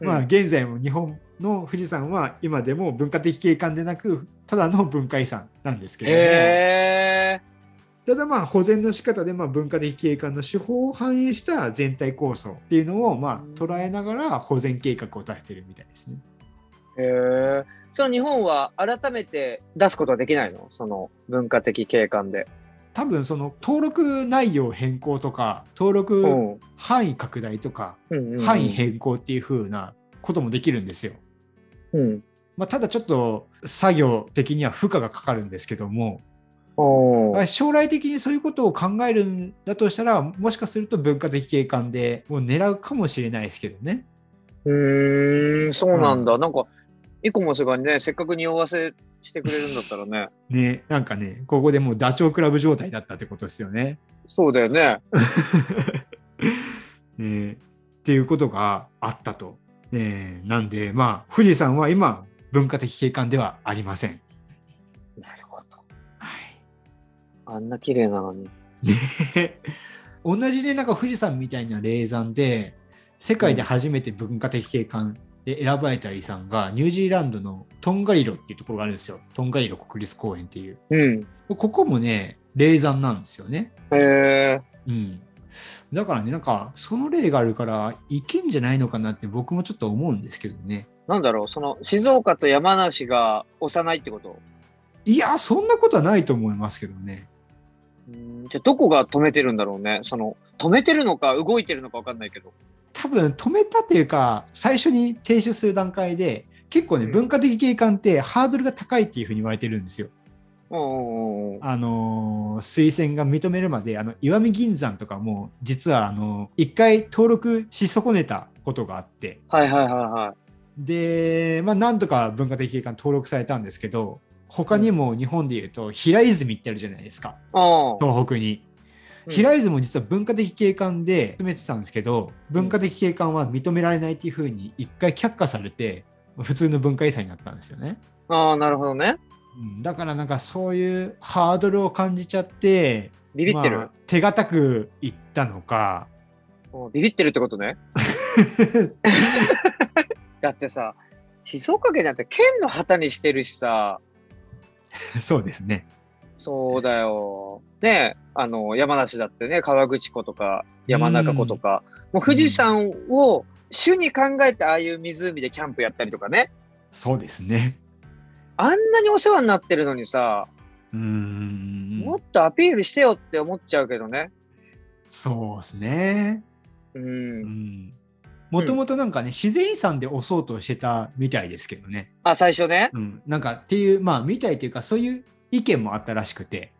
Speaker 1: まあ、
Speaker 2: うん
Speaker 1: 現在も日本の富士山は今でも文化的景観でなくただの文化遺産なんですけれども、
Speaker 2: へえ。
Speaker 1: ただまあ保全の仕方でまあ文化的景観の手法を反映した全体構想っていうのをまあ捉えながら保全計画を出してるみたいですね。
Speaker 2: へえ。その日本は改めて出すことはできないのその文化的景観で。
Speaker 1: 多分その登録内容変更とか登
Speaker 2: う
Speaker 1: 録
Speaker 2: ん。うん
Speaker 1: 範囲拡大とか
Speaker 2: うんうん
Speaker 1: 範囲変更っていう風なこともできるんですよ。
Speaker 2: うん。
Speaker 1: まあ、ただちょっと作業的には負荷がかかるんですけども、
Speaker 2: お
Speaker 1: まあ
Speaker 2: ー
Speaker 1: 将来的にそういうことを考えるんだとしたらもしかすると文化的景観でもう狙うかもしれないですけどね。
Speaker 2: うーん、そうなんだ。なんか、イコモスがね、せっかく匂わせしてくれるんだったらね。
Speaker 1: ねなんかねここでもうダチョウ倶楽部状態だったってことですよね。
Speaker 2: そうだよね。
Speaker 1: ねっていうことがあったと。ねなんでまあ富士山は今文化的景観ではありません。
Speaker 2: なるほど。
Speaker 1: はい
Speaker 2: あんな綺麗なのに。
Speaker 1: で 同じねなんか富士山みたいな霊山で世界で初めて文化的景観で選ばれた遺産がニュージーランドのトンガリロっていうところがあるんですよトンガリロ国立公園っていう
Speaker 2: うん。
Speaker 1: ここもね霊山なんですよね
Speaker 2: へえ。
Speaker 1: うんだからねなんかその例があるからいけんじゃないのかなって僕もちょっと思うんですけどね
Speaker 2: なんだろう、その静岡と山梨が幼いってこと
Speaker 1: いやそんなことはないと思いますけどね
Speaker 2: うーんじゃあどこが止めてるんだろうね。その止めてるのか動いてるのか分かんないけど。
Speaker 1: 多分止めたっていうか最初に提出する段階で結構ね
Speaker 2: うん
Speaker 1: 文化的景観ってハードルが高いっていうふうに言われてるんですよ。
Speaker 2: うんうんうんうん。
Speaker 1: あのー推薦が認めるまであの石見銀山とかも実はあの一回登録し損ねたことがあって
Speaker 2: はいはいはいは
Speaker 1: で、まあ、なんとか文化的景観登録されたんですけど他にも日本でいうと平泉ってあるじゃないですか
Speaker 2: い。うん
Speaker 1: 東北に。
Speaker 2: うん。
Speaker 1: 平泉も実は文化的景観で進めてたんですけど文化的景観は認められないっていうふうに一回却下されて普通の文化遺産になったんですよね、
Speaker 2: ああ、なるほどね。
Speaker 1: うん、だからなんかそういうハードルを感じちゃって
Speaker 2: ビビってる。
Speaker 1: まあ手堅くいったの か
Speaker 2: うんビビってるってこ とね。だってさ、静岡県なんて県の旗にしてるしさ、
Speaker 1: そうですね
Speaker 2: そうだよ。ねえあの、山梨だってね、河口湖とか山中湖とか、もう富士山を主に考えてああいう湖でキャンプやったりとかね。
Speaker 1: そうですね
Speaker 2: あんなにお世話になってるのにさ、
Speaker 1: うーん
Speaker 2: もっとアピールしてよって思っちゃうけどね。
Speaker 1: そうですね
Speaker 2: う。
Speaker 1: うんんもともとなんかね自然遺産で押そうとしてたみたいですけどね
Speaker 2: あ、最初ね。
Speaker 1: うん、なんかっていうまあみたいというかそういう意見もあったらしくて、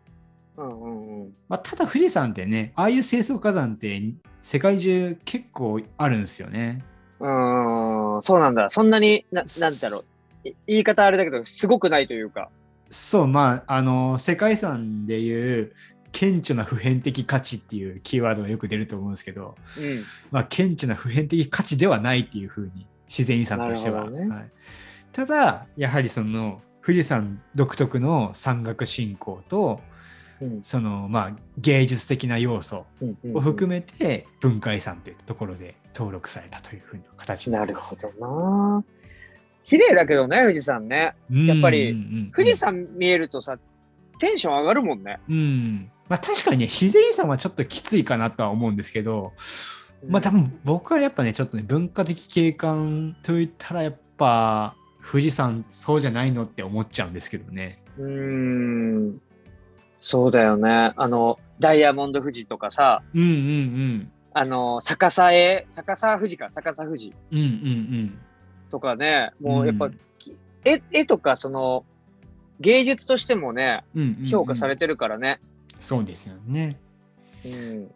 Speaker 2: うんうんうん。
Speaker 1: まあ、ただ富士山ってねああいう清掃火山って世界中結構あるんですよね。
Speaker 2: うーん、そうなんだ。そんなに、ななんだろう。い言い方あれだけど、すごくないというか。
Speaker 1: そうまああの世界遺産でいう顕著な普遍的価値っていうキーワードがよく出ると思うんですけど、
Speaker 2: うん。
Speaker 1: まあ、顕著な普遍的価値ではないっていうふうに自然遺産として
Speaker 2: な
Speaker 1: は。
Speaker 2: るほどね
Speaker 1: はい、ただやはりその富士山独特の山岳信仰と
Speaker 2: うん
Speaker 1: そのまあ芸術的な要素
Speaker 2: うんうん
Speaker 1: を含めて文化遺産というところで登録されたというふうな形に
Speaker 2: な
Speaker 1: な
Speaker 2: る
Speaker 1: ります
Speaker 2: ほどな。綺麗だけどね、富士山ね。やっぱり
Speaker 1: うんうんうんうん
Speaker 2: 富士山見えるとさ、テンション上がるもんね。
Speaker 1: うんまあ、確かにね自然遺産はちょっときついかなとは思うんですけど、まあ多分僕はやっぱねちょっとね文化的景観といったらやっぱ富士山そうじゃないのって思っちゃうんですけどね。
Speaker 2: うーん。そうだよね。あの、ダイヤモンド富士とかさ、
Speaker 1: うんうん
Speaker 2: あの、逆さ絵、逆さ富士か、逆さ富士
Speaker 1: うんうんうん
Speaker 2: とかね、
Speaker 1: うん。
Speaker 2: もうやっぱ、
Speaker 1: うん
Speaker 2: 絵絵とか、その、芸術としてもね、
Speaker 1: うんうん
Speaker 2: 評価されてるからね。
Speaker 1: そうですよね。
Speaker 2: うん。
Speaker 1: うん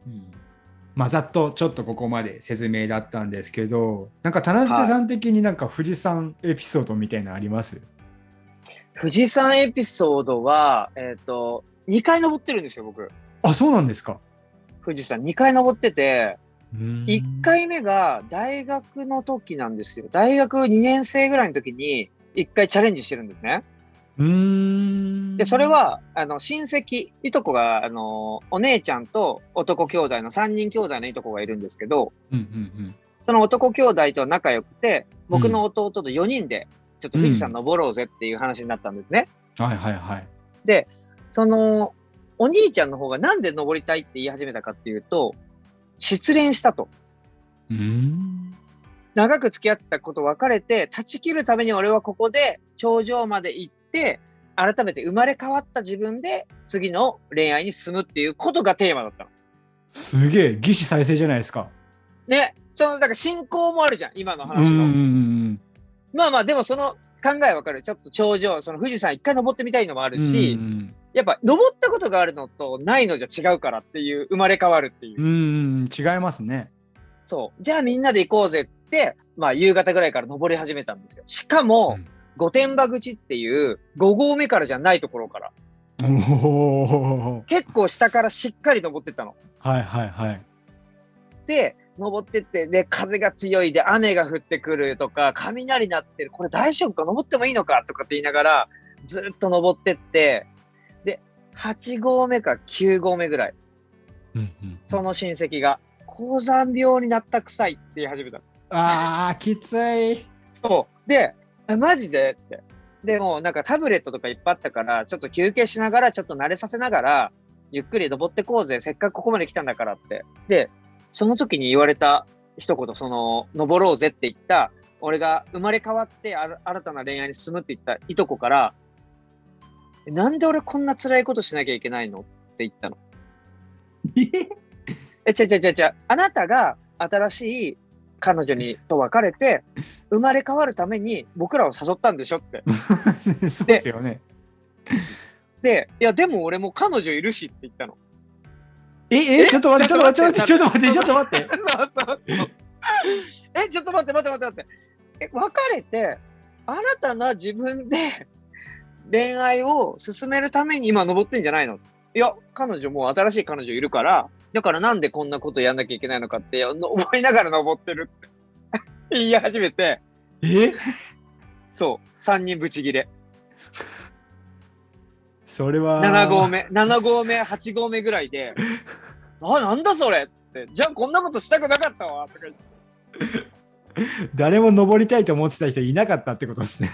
Speaker 1: まあ、ざっとちょっとここまで説明だったんですけどなんか田中さん的になんか富士山エピソードみたいなのあります、
Speaker 2: 富士山エピソードは、えっ、と、2回登ってるんですよ、僕。
Speaker 1: あそうなんですか。
Speaker 2: 富士山2回登ってて、
Speaker 1: うん
Speaker 2: 1回目が大学の時なんですよ。大学2年生ぐらいの時に1回チャレンジしてるんですね。
Speaker 1: うん
Speaker 2: で、それは、あの、親戚、いとこが、あの、お姉ちゃんと男兄弟の3人兄弟のいとこがいるんですけど、
Speaker 1: うんうん
Speaker 2: その男兄弟と仲良くて、僕の
Speaker 1: う
Speaker 2: 弟と4人で、ちょっと富士山登ろうぜっていう話になったんですね。
Speaker 1: うん。はいはいはい。
Speaker 2: その、お兄ちゃんの方がなんで登りたいって言い始めたかっていうと、失恋したと。
Speaker 1: うん。
Speaker 2: 長く付き合ってた子と別れて、断ち切るために俺はここで頂上まで行って、改めて生まれ変わった自分で次の恋愛に進むっていうことがテーマだったの。
Speaker 1: すげえ、義士再生じゃないですか。
Speaker 2: ね。その、だから信仰もあるじゃん、今の
Speaker 1: うんう
Speaker 2: 話
Speaker 1: んう
Speaker 2: の。
Speaker 1: ん
Speaker 2: まあまあ、でもその考えわかる。ちょっと頂上、その富士山一回登ってみたいのもあ
Speaker 1: う
Speaker 2: る
Speaker 1: ん。
Speaker 2: し、
Speaker 1: うん
Speaker 2: やっぱ登ったことがあるのとないのじゃ違うからっていう、生まれ変わるってい
Speaker 1: う
Speaker 2: う
Speaker 1: んう。んうん、違いますね。
Speaker 2: そう。じゃあみんなで行こうぜって、まあ夕方ぐらいから登り始めたんですよ。しかも
Speaker 1: うん、
Speaker 2: 御殿場口っていう5合目からじゃないところから、
Speaker 1: おお。
Speaker 2: 結構下からしっかり登ってったの。
Speaker 1: はいはいはい。
Speaker 2: で、登ってって、で、風が強いで雨が降ってくるとか、雷鳴ってる、これ大丈夫か登ってもいいのかとかって言いながら、ずっと登ってって、で、8合目か9合目ぐらい、
Speaker 1: うんうん、
Speaker 2: その親戚が、高山病になった臭いって言い始めたの
Speaker 1: ああ、きつ い。
Speaker 2: そう。で、あマジでって。でもうなんかタブレットとかいっぱいあったから、ちょっと休憩しながら、ちょっと慣れさせながら、ゆっくり登ってこうぜ。せっかくここまで来たんだからって。で、その時に言われた一言、その、登ろうぜって言った、俺が生まれ変わってあ新たな恋愛に進むって言ったいとこから、えなんで俺こんな辛いことしなきゃいけないのって言ったの。え、ちゃちゃちゃちゃ、あなたが新しい彼女にと別れて、生まれ変わるために僕らを誘ったんでしょって。
Speaker 1: そうですよね。
Speaker 2: で、いや、でも俺もう彼女いるしって言ったの。
Speaker 1: え、え、ちょっと待って、ちょっと待って、ちょっと待って、ちょっと待って、ちょっと待って。
Speaker 2: え、ちょっと待って待って待って待って。え、別れて、新たな自分で恋愛を進めるために今登ってんじゃないのいや、彼女もう新しい彼女いるから、だからなんでこんなことやんなきゃいけないのかっての思いながら登ってる って言い始めて、
Speaker 1: え、
Speaker 2: そう、3人ブチギレ。
Speaker 1: それは。
Speaker 2: 7合。目、7合目、8合目ぐらいで、 あ、なんだそれって、じゃあこんなことしたくなかったわとか言って
Speaker 1: 誰も登りたいと思ってた人いなかったってことですね。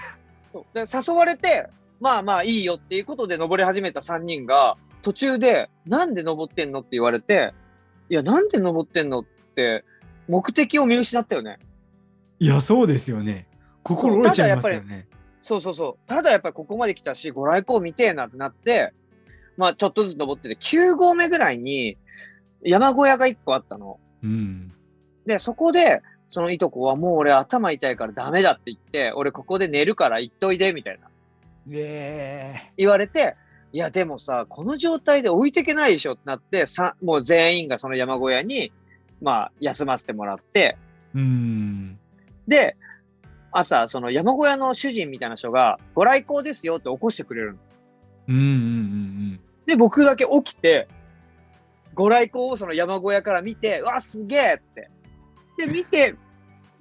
Speaker 2: そうで誘われて、まあまあいいよっていうことで登り始めた3人が、途中で、なんで登ってんのって言われて、いや、なんで登ってんのって、目的を見失ったよね。
Speaker 1: いや、そうですよね。心折れちゃいますよね。
Speaker 2: そうそうそう。ただやっぱりここまで来たし、ご来光見てえなってなって、まあちょっとずつ登ってて、9合目ぐらいに山小屋が1個あったの。
Speaker 1: うん。
Speaker 2: で、そこで、そのいとこはもう俺頭痛いからダメだって言って、俺ここで寝るから行っといで、みたいな。
Speaker 1: え
Speaker 2: 言われて、いやでもさ、この状態で置いてけないでしょってなって、さもう全員がその山小屋に、まあ休ませてもらって、
Speaker 1: ー。うん。
Speaker 2: で、朝、その山小屋の主人みたいな人が、ご来光ですよって起こしてくれるの。
Speaker 1: うんうんうん
Speaker 2: で、僕だけ起きて、ご来光をその山小屋から見て、うわ、すげえって。で、見て、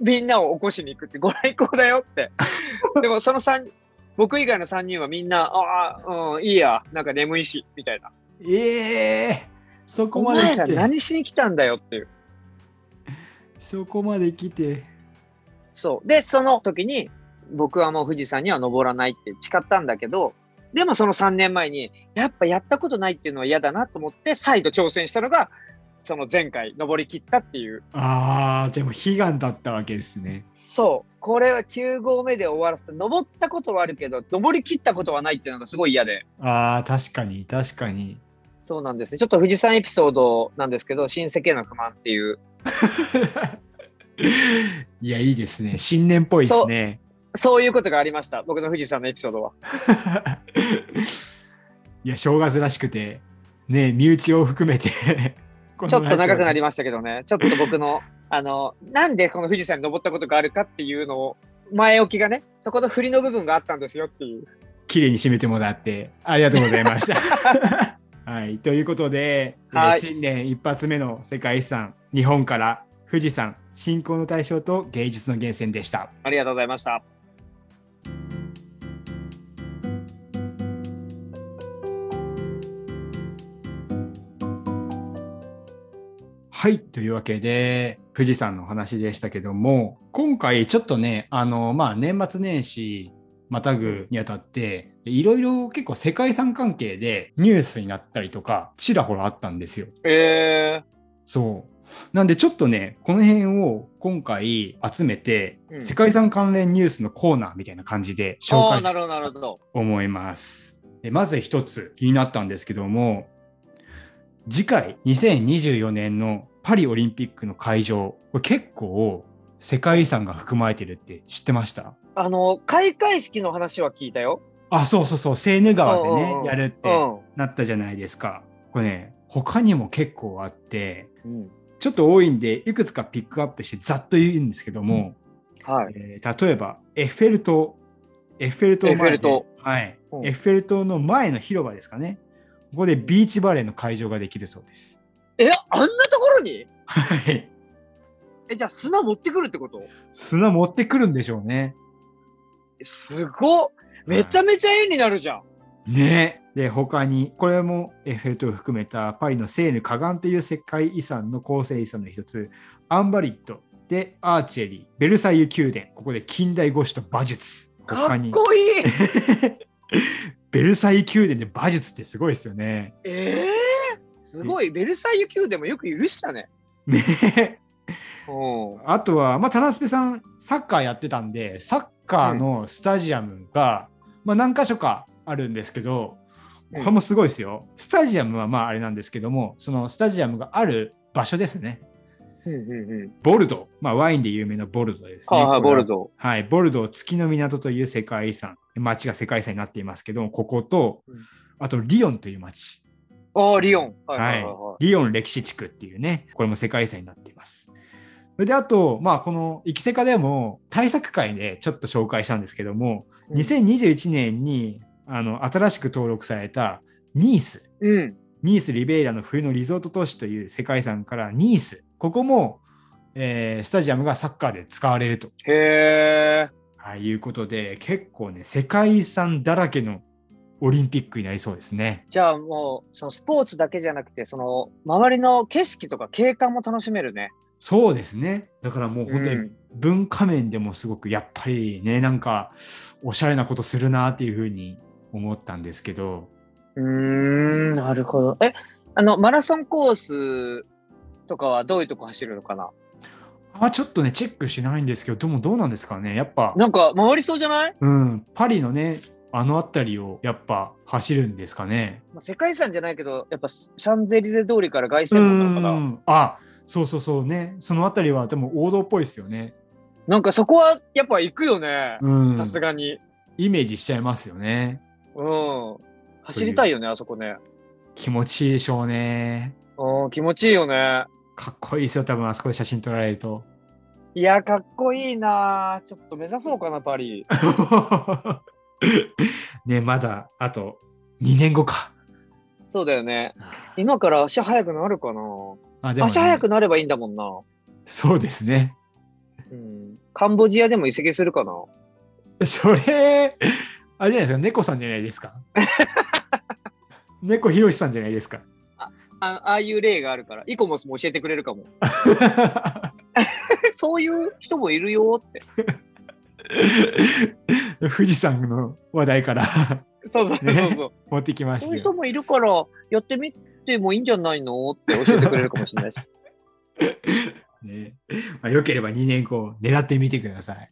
Speaker 2: みんなを起こしに行くって、ご来光だよって。でも、その三僕以外の3人はみんな、ああ、うん、いいや、なんか眠いし、みたいな。
Speaker 1: ええそこ
Speaker 2: お
Speaker 1: まで
Speaker 2: 前
Speaker 1: 来
Speaker 2: ら
Speaker 1: て、
Speaker 2: 何しに来たんだよっていう。
Speaker 1: そこまで来て、
Speaker 2: そう。で、その時に、僕はもう富士山には登らないって誓ったんだけど、でもその3年前に、やっぱやったことないっていうのは嫌だなと思って、再度挑戦したのが、その前回登り切ったっていう。
Speaker 1: ああ、じゃあもう悲願だったわけですね。
Speaker 2: そう。これは9合目で終わらせて、登ったことはあるけど、登り切ったことはないっていうのがすごい嫌で。
Speaker 1: ああ、確かに、確かに。
Speaker 2: そうなんですね。ちょっと富士山エピソードなんですけど、親戚への不満っていう。
Speaker 1: いや、いいですね。新年っぽいですね。
Speaker 2: そういうことがありました。僕の富士山のエピソードは。
Speaker 1: いや、正月らしくて、ね、身内を含めて この話をね、
Speaker 2: ちょっと長くなりましたけどね、ちょっと僕の、 あの、なんでこの富士山に登ったことがあるかっていうのを、前置きがね、そこの振りの部分があったんですよっていう。
Speaker 1: 綺麗に締めてもらってありがとうございました。 はい、ということで、えー
Speaker 2: はい
Speaker 1: 新年一発目の世界遺産日本から富士山信仰の対象と芸術の源泉でした。
Speaker 2: ありがとうございました。
Speaker 1: はい、というわけで富士山のお話でしたけども今回ちょっとねあの、まあ、年末年始またぐにあたっていろいろ結構世界遺産関係でニュースになったりとかちらほらあったんですよ。
Speaker 2: え
Speaker 1: そう。なんでちょっとね、この辺を今回集めて、
Speaker 2: うん
Speaker 1: 世界遺産関連ニュースのコーナーみたいな感じで
Speaker 2: ー、ああ、
Speaker 1: 紹
Speaker 2: な
Speaker 1: 介
Speaker 2: るほど、なるほど。
Speaker 1: 思います。でまず一つ気になったんですけども、次回2024年のパリオリンピックの会場、これ結構世界遺産が含まれてるって知ってました
Speaker 2: あの、開会式の話は聞いたよ。
Speaker 1: あ、そうそうそう、セーヌ川で
Speaker 2: うんうん
Speaker 1: ね
Speaker 2: うん、
Speaker 1: やるって
Speaker 2: うん。
Speaker 1: なったじゃないですか。これね、他にも結構あって、
Speaker 2: うん、
Speaker 1: ちょっと多いんで、いくつかピックアップしてざっと言うんですけども、
Speaker 2: はい。
Speaker 1: えー例えば、エッフェル塔、エッフェル塔前で
Speaker 2: エッフェル塔
Speaker 1: はい、
Speaker 2: うん
Speaker 1: エッフェル塔の前の広場ですかね。ここでビーチバレーの会場ができるそうです。
Speaker 2: え、あんなところに
Speaker 1: はい。
Speaker 2: え、じゃあ砂持ってくるってこと
Speaker 1: 砂持ってくるんでしょうね。
Speaker 2: すごっめちゃめちゃ絵になるじゃん。
Speaker 1: ねで、他に、これもエッフェル塔を含めたパリのセーヌ河岸という世界遺産の構成遺産の一つ、アンバリットでアーチェリー、ベルサイユ宮殿、ここで近代五種と馬術。
Speaker 2: か
Speaker 1: 他
Speaker 2: っ
Speaker 1: に
Speaker 2: こ いい
Speaker 1: ベルサイユ宮殿で馬術ってすごいですよね。
Speaker 2: えー、すごい。ベルサイユ宮殿もよく許したね。
Speaker 1: ね
Speaker 2: うん。
Speaker 1: あとは、まあ、タナスペさん、サッカーやってたんで、サッカーのスタジアムが、まあ、何箇所かあるんですけど、これもすごいですよ。スタジアムはまああれなんですけども、そのスタジアムがある場所ですね。
Speaker 2: うんうんうん。
Speaker 1: ボルドー、まあ、ワインで有名なボルドーですね。
Speaker 2: はいはい、
Speaker 1: こ
Speaker 2: ボ
Speaker 1: れは
Speaker 2: ルド
Speaker 1: はい、ボルドー月の港という世界遺産、町が世界遺産になっていますけども、ここと
Speaker 2: うん、
Speaker 1: あとリヨンという町、
Speaker 2: ー。ああ、リオン。はいはいはい
Speaker 1: は、
Speaker 2: はい
Speaker 1: リヨン歴史地区っていうね、これも世界遺産になっています。それであと、まあ、この「いきせか」でも対策会でちょっと紹介したんですけども、
Speaker 2: い。
Speaker 1: 2021年にあの新しく登録されたニース、
Speaker 2: うん。
Speaker 1: ニース・リベイラの冬のリゾート都市という世界遺産からニース、ここも、えースタジアムがサッカーで使われると
Speaker 2: へえ。
Speaker 1: はいいうことで、結構ね、世界遺産だらけのオリンピックになりそうですね。
Speaker 2: じゃあもう、そのスポーツだけじゃなくて、その周りの景色とか景観も楽しめるね。
Speaker 1: そうですね。だからもう本当に
Speaker 2: うん
Speaker 1: 文化面でもすごくやっぱりねなんかおしゃれなことするなっていうふうに思ったんですけど
Speaker 2: うーん、なるほど。え、あの、マラソンコースとかはどういうとこ走るのかな
Speaker 1: あちょっとねチェックしないんですけどでもどうなんですかねやっぱ、
Speaker 2: なんか回りそうじゃない
Speaker 1: うん、パリのねあの辺りをやっぱ走るんですかね。
Speaker 2: まあ世界遺産じゃないけど、やっぱシャンゼリゼ通りから凱
Speaker 1: う
Speaker 2: 旋門なのかな。
Speaker 1: んあそうそうそうねその辺りはでも王道っぽいですよね。
Speaker 2: なんかそこはやっぱ行くよね。
Speaker 1: うん、
Speaker 2: さすがに。
Speaker 1: イメージしちゃいますよね。
Speaker 2: うん。走りたいよね、あそこね。
Speaker 1: 気持ちいいでしょうね。
Speaker 2: うん、気持ちいいよね。
Speaker 1: かっこいいですよ多分あそこで写真撮られると。
Speaker 2: いや、かっこいいなぁちょっと目指そうかな、パリ。
Speaker 1: ねまだあと2年後か。
Speaker 2: そうだよね。今から足早くなるかな、
Speaker 1: あでもね
Speaker 2: 足早くなればいいんだもんな。
Speaker 1: そうですね。
Speaker 2: うん。カンボジアでも移籍するかな
Speaker 1: それ、あれじゃないですか、猫さんじゃないですか。猫ひろしさんじゃないですか。
Speaker 2: あああいう例があるから、イコモスも教えてくれるかも。 そういう人もいるよって。
Speaker 1: 富士山の話題から
Speaker 2: そうそうそうそう。
Speaker 1: 持ってきまし
Speaker 2: そうい
Speaker 1: たよ
Speaker 2: う人。もいるから、やってみてもいいんじゃないのって教えてくれるかもしれな いし。
Speaker 1: ねまあ、よければ2年後狙ってみてください。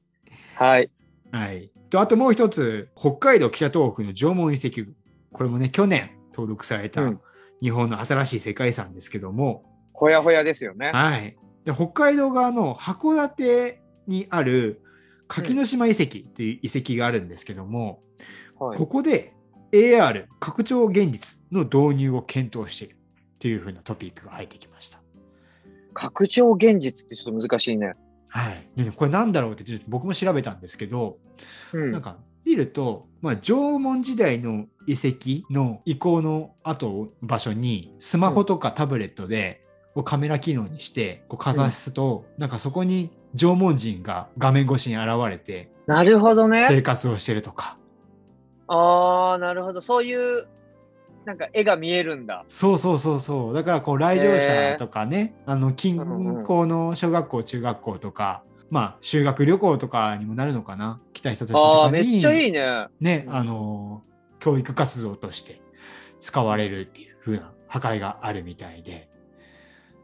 Speaker 2: はい。
Speaker 1: はい、とあともう一つ北海道北東北の縄文遺跡群これもね去年登録され
Speaker 2: う
Speaker 1: た
Speaker 2: ん
Speaker 1: 日本の新しい世界遺産ですけども、
Speaker 2: ほやほやですよね。
Speaker 1: はい、で北海道側の函館にある柿の島遺跡という遺跡があるんですけども、
Speaker 2: はい
Speaker 1: ここで AR 拡張現実の導入を検討しているというふうなトピックが入ってきました。
Speaker 2: 拡張現実ってちょっと難しいね。
Speaker 1: はい、でねこれなんだろうってちょっと僕も調べたんですけど、
Speaker 2: うん。
Speaker 1: なんか見ると、まあ、縄文時代の遺跡の遺構の後場所にスマホとかタブレットで、こうカメラ機能にしてこうかざすと、なんかそこに縄文人が画面越しに現れて
Speaker 2: なるほどね。
Speaker 1: 生活をしてるとか
Speaker 2: ああ、なるほど。そういう、なんか絵が見えるんだ。
Speaker 1: そうそうそうそうだからこう来場者とかね、あの近
Speaker 2: うんうん
Speaker 1: 郊の小学校中学校とか、まあ修学旅行とかにもなるのかな来た人たちと
Speaker 2: ああ
Speaker 1: か
Speaker 2: ー、
Speaker 1: に
Speaker 2: めっちゃいいね。
Speaker 1: ね、
Speaker 2: うん
Speaker 1: あの教育活動として使われるっていう風な破壊があるみたいで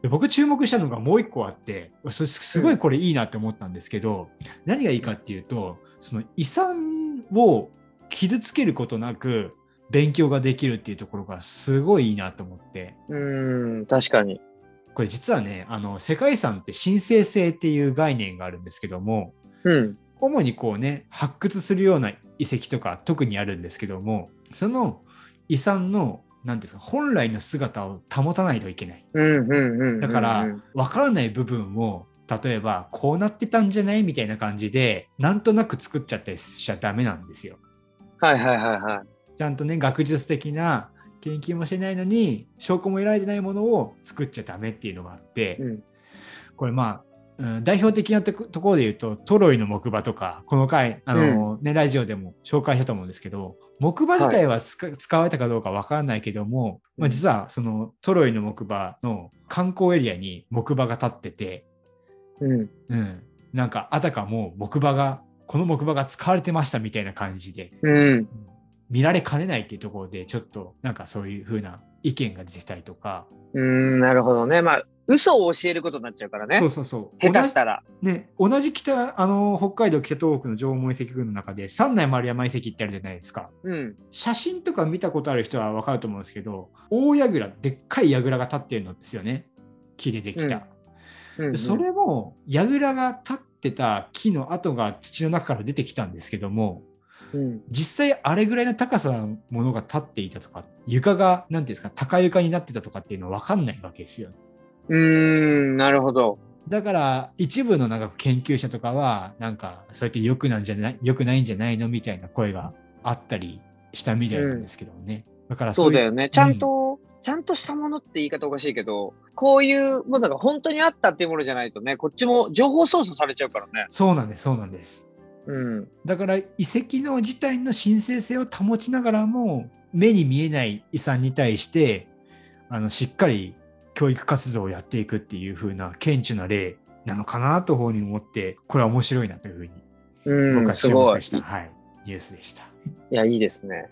Speaker 1: で僕注目したのがもう一個あってそすすごいこれいいなって思ったんですけど、何がいいかっていうとその遺産を傷つけることなく勉強ができるっていうところがすごいいいなと思って
Speaker 2: うーん、確かに。
Speaker 1: これ実はねあの世界遺産って神聖性っていう概念があるんですけども
Speaker 2: うん。
Speaker 1: 主にこうね発掘するような遺跡とか特にあるんですけどもその遺産の何ですか本来の姿を保たないといけない
Speaker 2: うん、うんうん、うん。
Speaker 1: だから
Speaker 2: うん
Speaker 1: 分からない部分を例えばこうなってたんじゃないみたいな感じでなんとなく作っちゃったりしちゃダメなんですよ。
Speaker 2: はいはいはいはい。
Speaker 1: ちゃんとね学術的な研究もしてないのに証拠も得られてないものを作っちゃダメっていうのがあって、
Speaker 2: うん、
Speaker 1: これまあ、うん代表的なとこところで言うとトロイの木馬とかこの回あの、ね、ラジオでも紹介したと思うんですけど木馬自体は使,、使われたかどうかわからないけども、ま
Speaker 2: う
Speaker 1: あ、
Speaker 2: ん
Speaker 1: 実はそのトロイの木馬の観光エリアに木馬が立ってて、
Speaker 2: うん。
Speaker 1: うん、なんかあたかも木馬がこの木馬が使われてましたみたいな感じで
Speaker 2: うん。
Speaker 1: 見られかねないっていうところでちょっとなんかそういう風な意見が出てきたりとか、
Speaker 2: うーん、なるほどね。まあ、嘘を教えることになっちゃうからね。
Speaker 1: そうそうそう
Speaker 2: 下手したら。
Speaker 1: ね、同じ北あの北海道北東北の縄文遺跡群の中で三内丸山遺跡ってあるじゃないですか
Speaker 2: うん。
Speaker 1: 写真とか見たことある人は分かると思うんですけど大櫓でっかい櫓が立ってるんですよね木でできた、
Speaker 2: うんうんうん
Speaker 1: でそれも櫓が立ってた木の跡が土の中から出てきたんですけども
Speaker 2: うん。
Speaker 1: 実際あれぐらいの高さのものが立っていたとか床が何ていうんですか高床になってたとかっていうのは分かんないわけですよね
Speaker 2: うーん、なるほど。
Speaker 1: だから一部のなんか研究者とかはなんかそうやって良くなんじゃない良くないんじゃないのみたいな声があったりしたみたいなんですけどね、だから
Speaker 2: そう
Speaker 1: い
Speaker 2: だよね。ちゃんと、ちゃんとしたものって言い方おかしいけど、こういうものが本当にあったっていうものじゃないとね、こっちも情報操作されちゃうからね。
Speaker 1: そうなんですそうなんです
Speaker 2: うん。
Speaker 1: だから遺跡の自体の神聖性を保ちながらも目に見えない遺産に対してあのしっかり教育活動をやっていくっていう風な顕著な例なのかなという方に思ってこれは面白いなというふうに
Speaker 2: う
Speaker 1: 僕
Speaker 2: ん、
Speaker 1: は
Speaker 2: す
Speaker 1: 注
Speaker 2: ご
Speaker 1: 目
Speaker 2: い。い
Speaker 1: した、はい、ニュースでした。
Speaker 2: や、いいですね。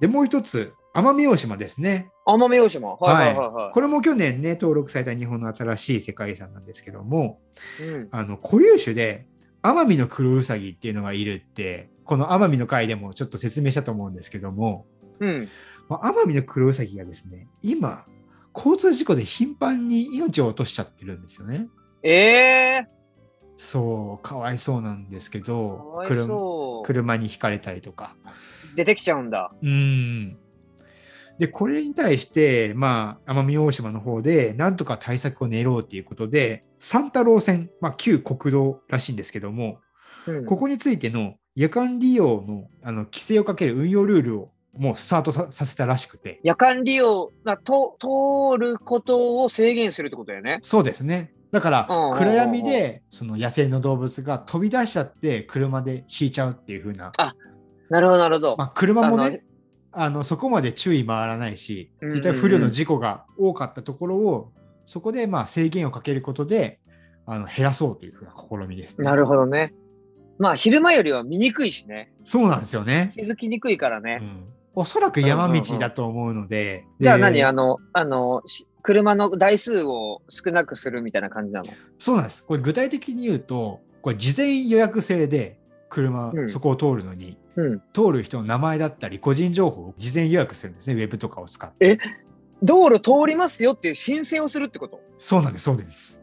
Speaker 1: でもう一つ奄美大島ですね
Speaker 2: 奄美大島。はいはいはいは
Speaker 1: これも去年ね登録された日本の新しい世界遺産なんですけども
Speaker 2: い。うん。
Speaker 1: あの固有種で奄美の黒ウサギっていうのがいるってこの奄美の回でもちょっと説明したと思うんですけども
Speaker 2: うん。
Speaker 1: まあ奄美の黒ウサギがですね今交通事故で頻繁に命を落としちゃってるんですよね。
Speaker 2: ええ
Speaker 1: そうかわいそうなんですけ
Speaker 2: ー、か
Speaker 1: ど
Speaker 2: わいそう。
Speaker 1: 車にひかれたりとか
Speaker 2: 出てきちゃうんだ。
Speaker 1: うん。で、これに対して、まあ、奄美大島の方で、なんとか対策を練ろうということで、三太郎線、まあ、旧国道らしいんですけども、
Speaker 2: うん、
Speaker 1: ここについての夜間利用のあの規制をかける運用ルールをもうスタートささせたらしくて、
Speaker 2: 夜間利用がと通ることを制限するってことだよね。
Speaker 1: そうですね。だから
Speaker 2: うんうんうんうん、
Speaker 1: 暗闇でその野生の動物が飛び出しちゃって、車で引いちゃうっていう風な、
Speaker 2: なるほど、なるほど。
Speaker 1: まあ、車も
Speaker 2: あの
Speaker 1: ね、ああのそこまで注意回らないし、
Speaker 2: う
Speaker 1: そ
Speaker 2: ん
Speaker 1: ううん
Speaker 2: う
Speaker 1: い
Speaker 2: ん
Speaker 1: った不慮の事故が多かったところを、そこでまあ制限をかけることであの減らそうというふうな試みです、ね。
Speaker 2: なるほどね。まあ、昼間よりは見にくいしね。
Speaker 1: そうなんですよね。
Speaker 2: 気づきにくいから
Speaker 1: う
Speaker 2: ね。
Speaker 1: んおそらく山道だと思うので。
Speaker 2: じゃあ
Speaker 1: で
Speaker 2: 何あの、あの、し車の台数を少なくするみたいな感じなの
Speaker 1: そうなんです。これ具体的に言うと、これ事前予約制で車、
Speaker 2: うん
Speaker 1: そこを通るのに、
Speaker 2: うん。
Speaker 1: 通る人の名前だったり、個人情報を事前予約するんですね、ウェブとかを使って。
Speaker 2: え道路通りますよっていう申請をするってこと
Speaker 1: そうなんです、そうです。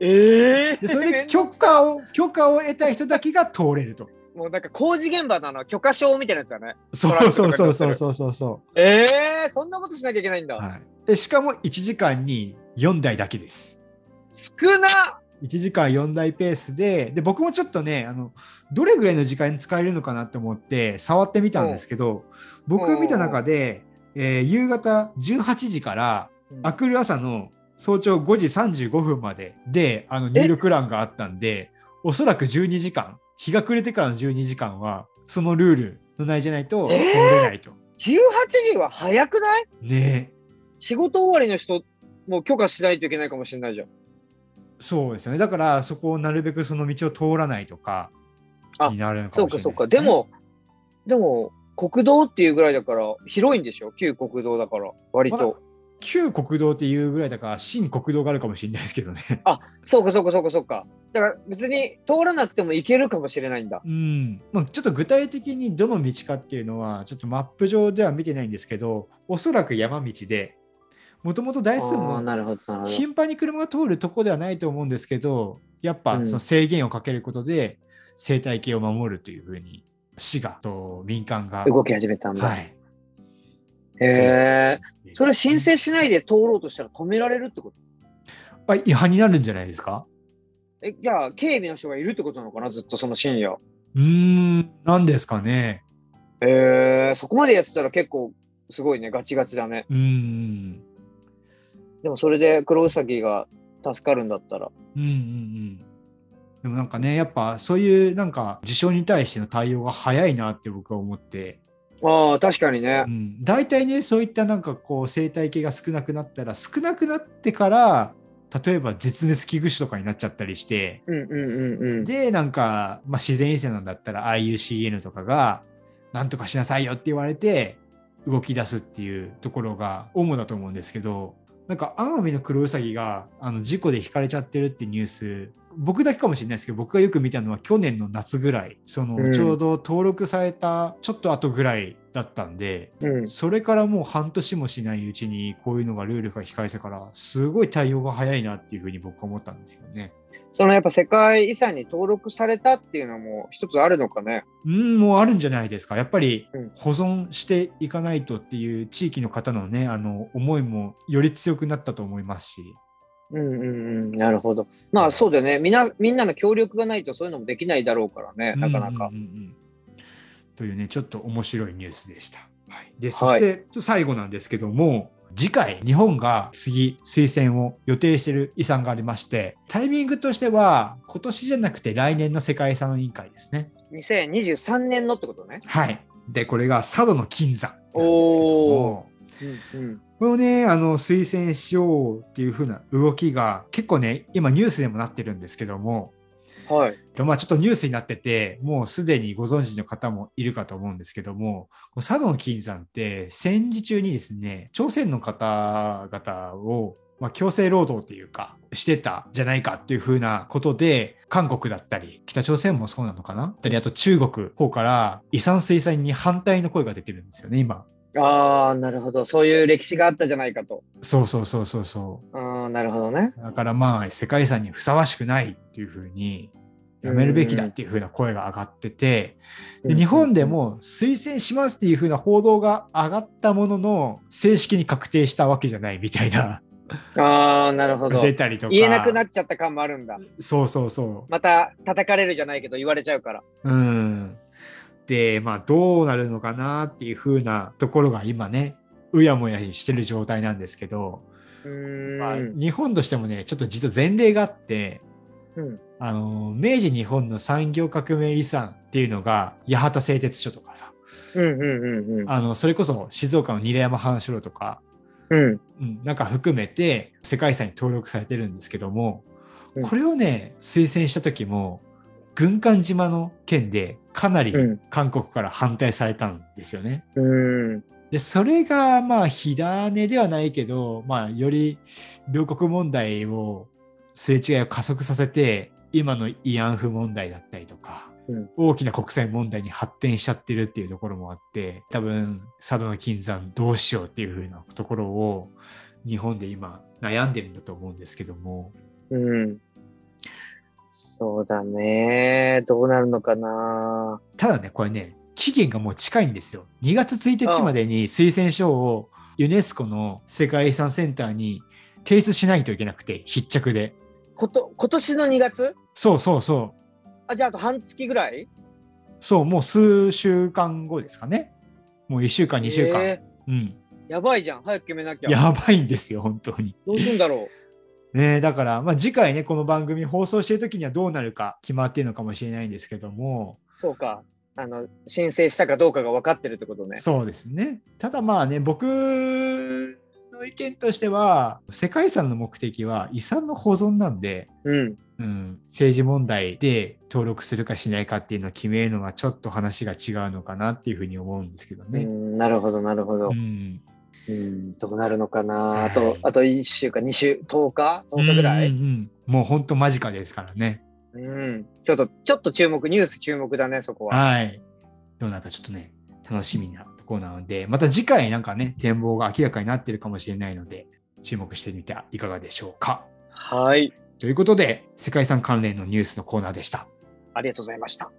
Speaker 2: ええ
Speaker 1: で、それで許可を、許可を得た人だけが通れると。
Speaker 2: もうなんか工事現場のあの許可証みたいなやつだね。
Speaker 1: そうそうそうそうそうそうそ
Speaker 2: ええそんなことしなきゃいけないんだ。
Speaker 1: う。はい。で、しかも1時間に4台だけです。
Speaker 2: 少な
Speaker 1: 1時間4台ペースで、で、僕もちょっとね、あの、どれぐらいの時間に使えるのかなって思って、触ってみたんですけど、僕が見た中で、えー夕方18時から、あくる朝の早朝5時35分までで、あの、入力欄があったんで、おそらく12時間、日が暮れてからの12時間は、そのルールのないじゃないと、通
Speaker 2: えー
Speaker 1: れないと。
Speaker 2: 18時は早くない
Speaker 1: ね
Speaker 2: 仕事終わりの人も許可しないといけないかもしれないじゃん。
Speaker 1: そうですよね。だから、そこをなるべくその道を通らないとか、
Speaker 2: あ
Speaker 1: になるのか
Speaker 2: そ
Speaker 1: も
Speaker 2: う
Speaker 1: しれない
Speaker 2: か
Speaker 1: す
Speaker 2: そうか。
Speaker 1: ね
Speaker 2: でも、でも、国道っていうぐらいだから、広いんでしょ旧国道だから、割と。
Speaker 1: 旧国道っていうぐらいだから新国道があるかもしれないですけどね。
Speaker 2: そうかそうかそうかそうか。だから別に通らなくても行けるかもしれないんだ。
Speaker 1: うんまあ、ちょっと具体的にどの道かっていうのはちょっとマップ上では見てないんですけどおそらく山道でもともと台数
Speaker 2: あー
Speaker 1: も
Speaker 2: なるほど、なるほど。
Speaker 1: 頻繁に車が通るとこではないと思うんですけどやっぱ
Speaker 2: うん
Speaker 1: その制限をかけることで生態系を守るというふうに市がと民間が。
Speaker 2: 動き始めたんだ。
Speaker 1: はい、
Speaker 2: へえ。それ申請しないで通ろうとしたら止められるってこと
Speaker 1: あ違反になるんじゃないですか
Speaker 2: え、じゃあ、警備の人がいるってことなのかなずっとその深夜。
Speaker 1: うーんなんですかね。
Speaker 2: へえ、そこまでやってたら結構すごいね、ガチガチだね。
Speaker 1: うん
Speaker 2: でもそれで黒ウサギが助かるんだったら。
Speaker 1: うんうんうん。でもなんかね、やっぱそういうなんか事象に対しての対応が早いなって僕は思って、
Speaker 2: ああ、確かにね
Speaker 1: う。ん、大体ね、そういったなんかこう生態系が少なくなったら、少なくなってから、例えば絶滅危惧種とかになっちゃったりして、
Speaker 2: うんうんうんうん。
Speaker 1: で、なんか、まあ、自然遺産なんだったら IUCN とかが、なんとかしなさいよって言われて、動き出すっていうところが主だと思うんですけど、なんか、奄美のクロウサギがあの事故でひかれちゃってるってニュース、僕だけかもしれないですけど、僕がよく見たのは去年の夏ぐらい、その、
Speaker 2: うん
Speaker 1: ちょうど登録されたちょっと後ぐらいだったんで、
Speaker 2: うん、
Speaker 1: それからもう半年もしないうちに、こういうのがルールが控えてたから、すごい対応が早いなっていうふうに僕は思ったんですよね。
Speaker 2: そのやっぱ世界遺産に登録されたっていうのも一つあるのかね。
Speaker 1: うん、もうあるんじゃないですか。やっぱり
Speaker 2: うん
Speaker 1: 保存していかないとっていう地域の方のね、あの思いもより強くなったと思いますし。
Speaker 2: うんうんうん、なるほど。まあそうだよね。みんな、みんなの協力がないとそういうのもできないだろうからね、 なかなか
Speaker 1: う。んうんうんうんというね、ちょっと面白いニュースでした。はい、で、
Speaker 2: い
Speaker 1: そして、ちょっと最後なんですけども、次回、日本が次、推薦を予定している遺産がありまして、タイミングとしては、今年じゃなくて来年の世界遺産委員会ですね。
Speaker 2: 2023年のってことね。
Speaker 1: はい。で、これが佐渡の金山なんですけども。
Speaker 2: うんうん、
Speaker 1: これをね、あの、推薦しようっていう風な動きが、結構ね、今ニュースでもなってるんですけども、
Speaker 2: はい。
Speaker 1: とまあちょっとニュースになってて、もうすでにご存知の方もいるかと思うんですけども、この佐渡の金山って戦時中にですね、朝鮮の方々を、まあ、強制労働っていうか、してたじゃないかっていう風なことで、韓国だったり、北朝鮮もそうなのかなだったり、あと中国方から遺産推薦に反対の声が出てるんですよね、今。
Speaker 2: ああ、なるほど。そういう歴史があったじゃないかと。
Speaker 1: そうそうそうそうそう。
Speaker 2: ああ、なるほどね。
Speaker 1: だからまあ世界遺産にふさわしくないっていうふうにやめるべきだっていうふうな声が上がってて、で日本でも推薦しますっていうふうな報道が上がったものの正式に確定したわけじゃないみたいな
Speaker 2: うん。ああ、なるほど。
Speaker 1: 出たりとか
Speaker 2: 言えなくなっちゃった感もあるんだ。
Speaker 1: そうそうそ
Speaker 2: また叩かれるじゃないけど言われちゃうから。
Speaker 1: ううんでまあどうなるのかなっていうふうなところが今ねうやもやしてる状態なんですけど、
Speaker 2: うーん。
Speaker 1: まあ、日本としてもねちょっと実は前例があって
Speaker 2: うん
Speaker 1: あの明治日本の産業革命遺産っていうのが八幡製鉄所とかさ
Speaker 2: うんうんうんうん。
Speaker 1: あのそれこそ静岡の韮山半城とか、
Speaker 2: うん。
Speaker 1: うん、なんか含めて世界遺産に登録されてるんですけども、
Speaker 2: うん
Speaker 1: これをね推薦した時も軍艦島の件でかなり
Speaker 2: うん。
Speaker 1: 韓国から反対されたんですよね。
Speaker 2: うん。
Speaker 1: でそれがまあ火種ではないけど、まあ、より両国問題をすれ違いを加速させて今の慰安婦問題だったりとか、
Speaker 2: うん
Speaker 1: 大きな国際問題に発展しちゃってるっていうところもあって多分佐渡の金山どうしようっていう風なところを日本で今悩んでるんだと思うんですけども
Speaker 2: うん。そうだね。どうなるのかな。
Speaker 1: ただねこれね期限がもう近いんですよ2月1日までに推薦書をユネスコの世界遺産センターに提出しないといけなくて筆着で
Speaker 2: こと、今年の2月
Speaker 1: そうそうそ
Speaker 2: あ、じゃああと半月ぐらいう
Speaker 1: そうもう数週間後ですかねもう1週間2週間、
Speaker 2: え
Speaker 1: うん
Speaker 2: ーやばいじゃん。早く決めなきゃ。
Speaker 1: やばいんですよ本当に
Speaker 2: どうするんだろ
Speaker 1: ねだから、まあ、次回ねこの番組放送してる時にはどうなるか決まってるのかもしれないんですけども
Speaker 2: う。そうか。あの、申請したかどうかが分かってるってことね。
Speaker 1: そうですね。ただまあね、僕の意見としては、世界遺産の目的は遺産の保存なんで、
Speaker 2: うん。
Speaker 1: うん、政治問題で登録するかしないかっていうのを決めるのはちょっと話が違うのかなっていうふうに思うんですけど
Speaker 2: う
Speaker 1: ね。
Speaker 2: んなるほど、なるほど
Speaker 1: う。ん、
Speaker 2: うん、どうなるのかな。
Speaker 1: はい
Speaker 2: あと、あと1週か2週、10日 ?10 日ぐら
Speaker 1: うん
Speaker 2: い
Speaker 1: うんうんもう本当間近ですからね。
Speaker 2: うん。ちょっと、ちょっと注目、ニュース注目だね、そこは。
Speaker 1: はい。どうなるかちょっとね、楽しみなところなので、また次回なんかね、展望が明らかになってるかもしれないので、注目してみてはいかがでしょうか。
Speaker 2: はい。
Speaker 1: ということで、世界遺産関連のニュースのコーナーでした。
Speaker 2: ありがとうございました。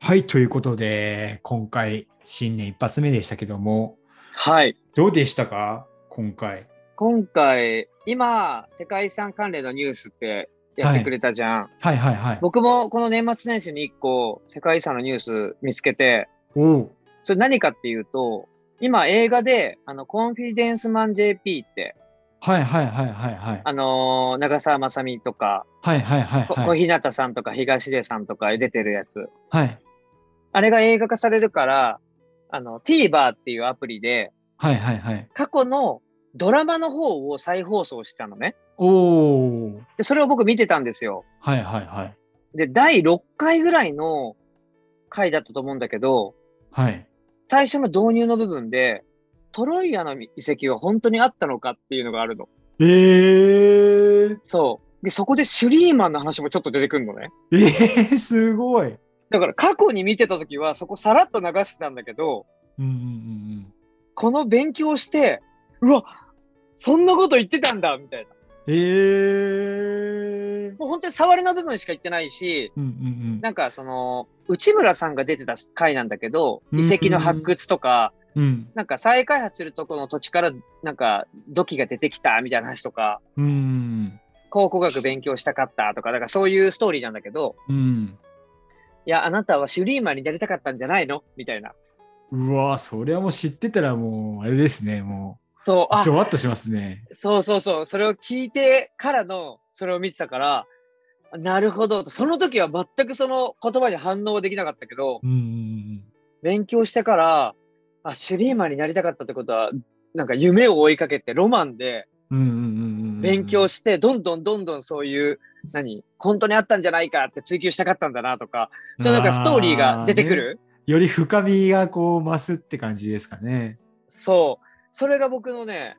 Speaker 1: はい、ということで、今回、新年一発目でしたけども、
Speaker 2: はい。
Speaker 1: どうでしたか今回。
Speaker 2: 今回、今、世界遺産関連のニュースってやってくれたじゃん。
Speaker 1: はいはいはい。
Speaker 2: 僕もこの年末年始に1個、世界遺産のニュース見つけて、
Speaker 1: おう
Speaker 2: それ何かっていうと、今映画で、あの、コンフィデンスマン JP って、
Speaker 1: はいはいはいはいはい。
Speaker 2: あのー長澤まさみとか、
Speaker 1: はいはいはい
Speaker 2: こ
Speaker 1: は
Speaker 2: 小
Speaker 1: い。
Speaker 2: 日向さんとか東出さんとか出てるやつ。
Speaker 1: はい
Speaker 2: あれが映画化されるから、あの、TVer っていうアプリで、
Speaker 1: はいはいはい。
Speaker 2: 過去のドラマの方を再放送してたのね。
Speaker 1: おう
Speaker 2: で、それを僕見てたんですよ。
Speaker 1: はいはいはい。
Speaker 2: で、第6回ぐらいの回だったと思うんだけど、
Speaker 1: はい。
Speaker 2: 最初の導入の部分で、トロイアの遺跡は本当にあったのかっていうのがあるの。
Speaker 1: えー、
Speaker 2: そう。で、そこでシュリーマンの話もちょっと出てくるのね。
Speaker 1: えー、すごい。
Speaker 2: だから過去に見てた時はそこさらっと流してたんだけど、
Speaker 1: うんうんうん
Speaker 2: この勉強して、うわ、そんなこと言ってたんだみたいな。
Speaker 1: うん。えー。
Speaker 2: もう本当に触りの部分しか言ってないし、
Speaker 1: うんうん
Speaker 2: なんかその、内村さんが出てた回なんだけど、
Speaker 1: うん
Speaker 2: 遺跡の発掘とか、
Speaker 1: うん。うん
Speaker 2: なんか再開発するとこの土地からなんか土器が出てきたみたいな話とか、
Speaker 1: うん
Speaker 2: 考古学勉強したかったとか、だからそういうストーリーなんだけど、
Speaker 1: うん。
Speaker 2: いや、あなたはシュリーマンになりたかったんじゃないのみたいな。
Speaker 1: うわーそれはもう知ってたらもう、あれですね、もう。
Speaker 2: そう、あ、
Speaker 1: ゾ
Speaker 2: そう
Speaker 1: ワッとしますね。
Speaker 2: そうそうそれを聞いてからの、それを見てたから、なるほどと。その時は全くその言葉に反応はできなかったけど、
Speaker 1: うんうんうん。
Speaker 2: 勉強してから、あ、シュリーマンになりたかったってことは、なんか夢を追いかけて、ロマンで
Speaker 1: うんうんうんうんうん。
Speaker 2: 勉強して、どんどんどんどんそういう、何、本当にあったんじゃないかって追求したかったんだなとか、そういうなんかストーリーが出てく
Speaker 1: あ
Speaker 2: る。
Speaker 1: ねより深みがこう増すって感じですかね。
Speaker 2: そう。それが僕のね、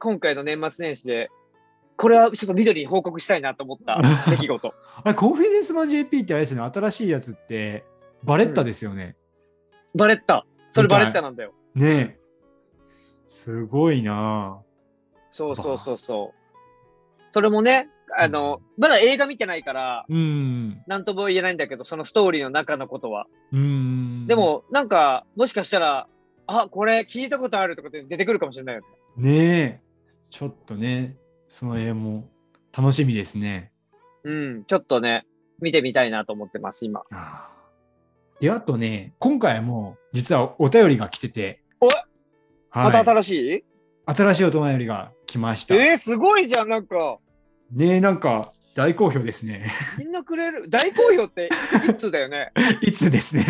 Speaker 2: 今回の年末年始で、これはちょっと緑に報告したいなと思 った出来事。
Speaker 1: あれ、コンフィデンスマン JP ってあれですよね、新しいやつって、バレッタですよね。
Speaker 2: バレッタ。それバレッタなんだよ。
Speaker 1: ねえ。すごいな
Speaker 2: そうそうそうそう。それもね、あの、まだ映画見てないから、
Speaker 1: ぁ。うん。
Speaker 2: なんとも言えないんだけど、そのストーリーの中のことは。
Speaker 1: うん。
Speaker 2: で。も、なんか、もしかしたら、あ、これ聞いたことあるとかって出てくるかもしれないよね。
Speaker 1: ねえ。ちょっとね、その絵も楽しみですね。
Speaker 2: うん、ちょっとね、見てみたいなと思ってます、今。
Speaker 1: あーで、あとね、今回も実はお便りが来てて。
Speaker 2: おい
Speaker 1: はい
Speaker 2: また新しい、
Speaker 1: 新しい大人よりが来ました。
Speaker 2: えー、すごいじゃん、なんか。
Speaker 1: ねえ、なんか大好評ですね。
Speaker 2: みんなくれる。大好評っていつだよね。
Speaker 1: いつですね。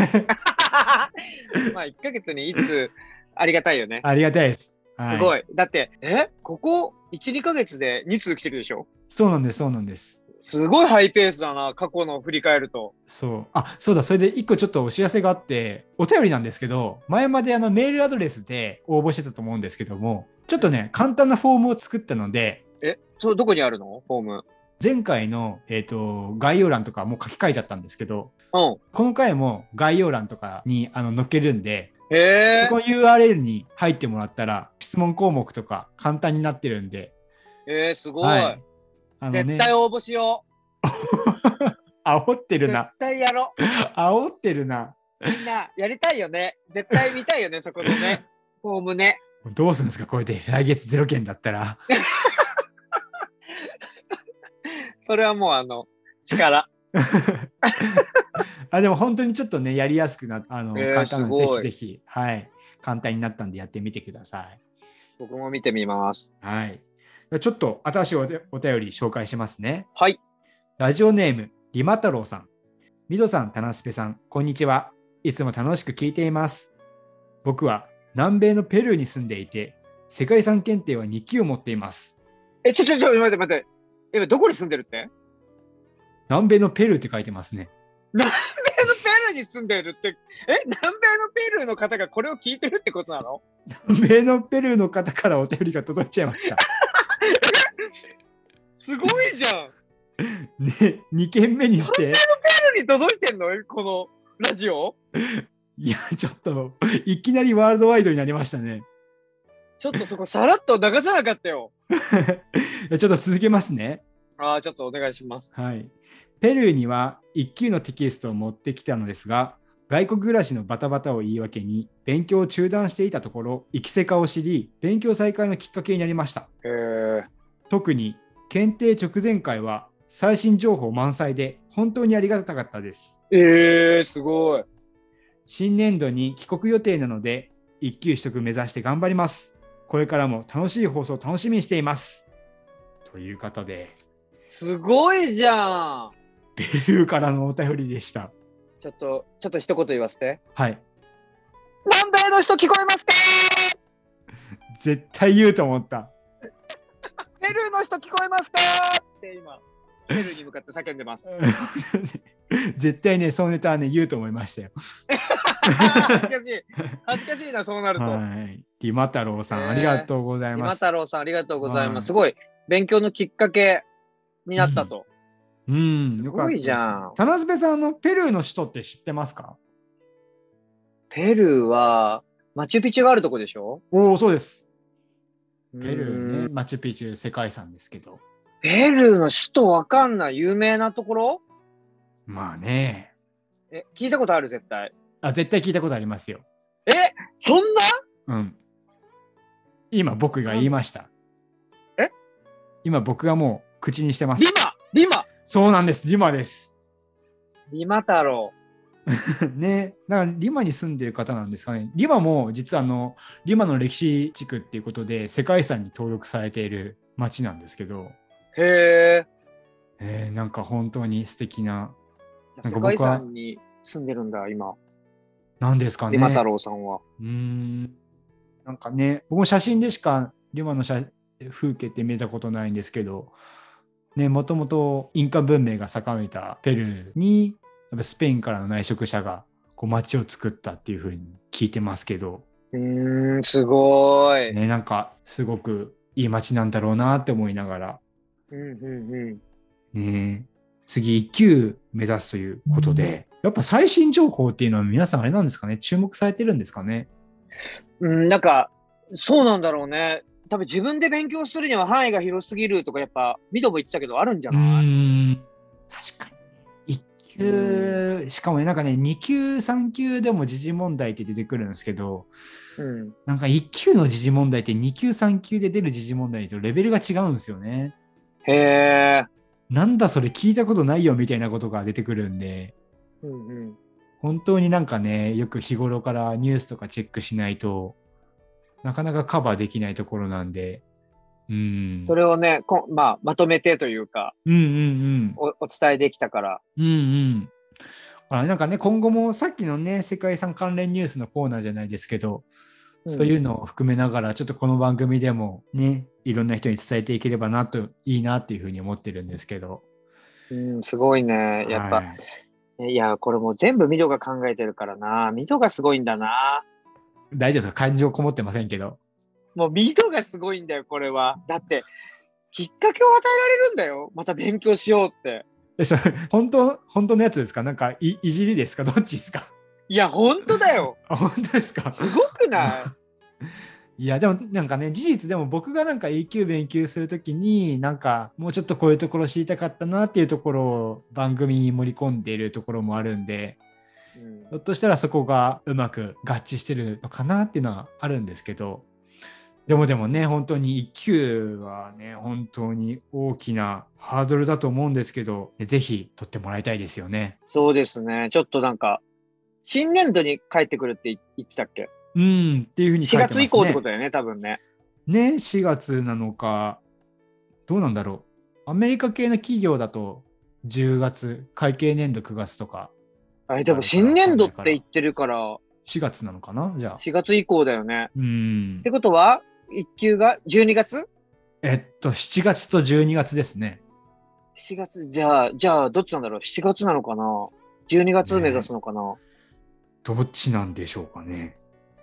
Speaker 2: まあ、1ヶ月にいつありがたいよね。
Speaker 1: ありがたいです。は
Speaker 2: すごい。だって、えここ1、2ヶ月で2通来てるでしょ
Speaker 1: そうなんです、そうなんです。
Speaker 2: すごいハイペースだな、過去のを振り返ると。
Speaker 1: そう。あ、そうだ、それで一個ちょっとお知らせがあって、お便りなんですけど、前まであのメールアドレスで応募してたと思うんですけども、ちょっとね、簡単なフォームを作ったので、
Speaker 2: え、そどこにあるのフォーム。
Speaker 1: 前回の、えっと概要欄とかもう書き換えちゃったんですけど、
Speaker 2: うん。
Speaker 1: この回も概要欄とかにあの載っけるんで、
Speaker 2: へ
Speaker 1: この URL に入ってもらったら、質問項目とか簡単になってるんで、
Speaker 2: え。えー、すごい。
Speaker 1: はい。あの
Speaker 2: 絶
Speaker 1: ね、
Speaker 2: 対応募しよ
Speaker 1: 煽って
Speaker 2: う。
Speaker 1: る
Speaker 2: 絶
Speaker 1: な。
Speaker 2: 対やろ
Speaker 1: 煽ってるな。
Speaker 2: う。みんな、やりたいよね。絶対見たいよ ね、そこのね。フォームね。
Speaker 1: どうするんですか、これで。来月ゼロ件だったら。
Speaker 2: それはもう、あの、力。
Speaker 1: あでも本当にちょっとね、やりやすくなあの、
Speaker 2: えー
Speaker 1: 簡単なの
Speaker 2: す
Speaker 1: で、ぜ
Speaker 2: ご
Speaker 1: ひぜ
Speaker 2: い
Speaker 1: ひ、はい、簡単になったんでやってみてください。
Speaker 2: 僕も見てみます。
Speaker 1: はい。ちょっと新しいお手お便り紹介しますね。
Speaker 2: はい。
Speaker 1: ラジオネーム、リマ太郎さん。ミドさん、タナスペさん、こんにちは。いつも楽しく聞いています。僕は南米のペルーに住んでいて、世界遺産検定は2級を持っています。
Speaker 2: え、ちょちょちょ、待って待って。今、どこに住んでるって
Speaker 1: 南米のペルーって書いてますね。
Speaker 2: 南米のペルーに住んでるって、え、南米のペルーの方がこれを聞いてるってことなの
Speaker 1: 南米のペルーの方からお便りが届いちゃいました。
Speaker 2: すごいじゃん。
Speaker 1: ね、2件目にして、
Speaker 2: ペルーに届いてんのこのラジオ
Speaker 1: いや、ちょっと、いきなりワールドワイドになりましたね。
Speaker 2: ちょっとそこさらっと流さなかったよ。
Speaker 1: ちょっと続けますね。
Speaker 2: ああ、ちょっとお願いします。
Speaker 1: はい、ペルーには1級のテキストを持ってきたのですが外国暮らしのバタバタを言い訳に勉強を中断していたところ生きせかを知り勉強再開のきっかけになりました
Speaker 2: えー、
Speaker 1: 特に検定直前回は最新情報満載で本当にありがたかったです
Speaker 2: えー、すごい。
Speaker 1: 新年度に帰国予定なので1級取得目指して頑張りますこれからも楽しい放送を楽しみにしていますという方です
Speaker 2: ごいじゃん。
Speaker 1: ペルーからのお便りでした
Speaker 2: ちょっと、ちょっと一言言わせて。
Speaker 1: はい
Speaker 2: 南米の人聞こえますか
Speaker 1: 絶対言うと思った
Speaker 2: ペルーの人聞こえますかって今、ペルーに向かって叫んでます。
Speaker 1: 絶対ね、そのネタはね、言うと思いましたよ。
Speaker 2: 恥ずかしい。恥ずかしいな、そうなると。
Speaker 1: はい。リマ太郎さん、
Speaker 2: えー
Speaker 1: ありがとうござい
Speaker 2: 今
Speaker 1: ます。
Speaker 2: 太郎さん、ありがとうござい
Speaker 1: は
Speaker 2: ま
Speaker 1: い
Speaker 2: す。すごい、勉強のきっかけになったと。
Speaker 1: うん、よ
Speaker 2: す
Speaker 1: かった
Speaker 2: ご
Speaker 1: で
Speaker 2: い
Speaker 1: す。
Speaker 2: じゃん。
Speaker 1: 田之助さんのペルーの首都って知ってますか
Speaker 2: ペルーは、マチュピチュがあるとこでしょ
Speaker 1: おお、そうです。ペ
Speaker 2: ペ
Speaker 1: ルーね、マチュピチュ世界遺産ですけど。
Speaker 2: ペルーの首都わかんない有名なところ
Speaker 1: まあね。
Speaker 2: え、聞いたことある絶対。
Speaker 1: あ、絶対聞いたことありますよ。
Speaker 2: え、そんな
Speaker 1: うん。今、僕が言いました。
Speaker 2: え
Speaker 1: 今、僕がもう口にしてます
Speaker 2: リ。マリマ
Speaker 1: そうなんです。リマです。
Speaker 2: リマ太郎。
Speaker 1: ね、だからリマに住んでる方なんですかね。リマも実はあのリマの歴史地区っていうことで世界遺産に登録されている町なんですけど、
Speaker 2: へえ。
Speaker 1: えーなんか本当に素敵な、
Speaker 2: じ
Speaker 1: な
Speaker 2: ゃあ
Speaker 1: ん
Speaker 2: 世
Speaker 1: か僕
Speaker 2: 界
Speaker 1: は
Speaker 2: 遺産に住んでるんだ、今。
Speaker 1: なんですかね。
Speaker 2: リマ太郎さんは。
Speaker 1: うーん。なんかね、僕も写真でしかリマの写風景って見たことないんですけど、ね、もともとインカ文明が栄えたペルーに、やっぱスペインからの内職者がこう町を作ったっていうふうに聞いてますけど、
Speaker 2: うーん、すごい。
Speaker 1: ね、なんかすごくいい街なんだろうなって思いながら、
Speaker 2: うんうんうん。
Speaker 1: ね、次1級目指すということで、やっぱ最新情報っていうのは皆さんあれなんですかね、注目されてるんですかね。
Speaker 2: うん、なんか、そうなんだろうね。多分自分で勉強するには範囲が広すぎるとか、やっぱ、ミドも言ってたけど、あるんじゃ
Speaker 1: う
Speaker 2: ない、
Speaker 1: ーん確かに1級、しかもね、なんかね、2級、3級でも時事問題って出てくるんですけど、
Speaker 2: うん、
Speaker 1: なんか1級の時事問題って2級、3級で出る時事問題とレベルが違うんですよね。
Speaker 2: へえ。
Speaker 1: なんだそれ聞いたことないよみたいなことが出てくるんで、
Speaker 2: うんうん。
Speaker 1: 本当になんかね、よく日頃からニュースとかチェックしないと、なかなかカバーできないところなんで、うん。
Speaker 2: それをね、こまあ、まとめてというか
Speaker 1: うんうん
Speaker 2: お、お伝えできたから、
Speaker 1: うん。うんうん。あなんかね、今後もさっきのね、世界遺産関連ニュースのコーナーじゃないですけど、そういうのを含めながら、ちょっとこの番組でもね、いろんな人に伝えていければなと、いいなっていうふうに思ってるんですけど。
Speaker 2: うん、うんすごいね。やっぱ、
Speaker 1: はい
Speaker 2: い、や、これもう全部ミドが考えてるからな。ミドがすごいんだな。
Speaker 1: 大丈夫ですか感情こもってませんけど。
Speaker 2: もうミドがすごいんだよ、これは。だって、きっかけを与えられるんだよ。また勉強しようって。
Speaker 1: え、それ、本当、本当のやつですかなんかい、いじりですかどっちですか
Speaker 2: いや、本当だよ。
Speaker 1: あ、本当ですか
Speaker 2: すごくない
Speaker 1: いやでもなんかね事実でも僕がなんか A 級勉強するときになんかもうちょっとこういうところ知りたかったなっていうところを番組に盛り込んでいるところもあるんで
Speaker 2: うん
Speaker 1: ひょっとしたらそこがうまく合致してるのかなっていうのはあるんですけどでもでもね本当に E 級はね本当に大きなハードルだと思うんですけどぜひ取ってもらいたいですよね。
Speaker 2: そうですね。ちょっとなんか、新年度に帰ってくるってい言ってたっけ
Speaker 1: うんっていうふうに
Speaker 2: ?4
Speaker 1: 書いてます
Speaker 2: 月
Speaker 1: ね。
Speaker 2: 以降ってことだよね、多分ね。
Speaker 1: ね、4月なのか、どうなんだろう。アメリカ系の企業だと10月、会計年度9月とか、
Speaker 2: あでも新年度って言ってるから、
Speaker 1: 4月なのかなじゃあ。
Speaker 2: 4月以降だよね。
Speaker 1: うーん
Speaker 2: っ。てことは、1級が12月
Speaker 1: えっと、7月と12月ですね。
Speaker 2: ?7 月、じゃあ、じゃあ、どっちなんだろう ?7 月なのかな ?12 月目指すのかな、
Speaker 1: どっちなんでしょうかね。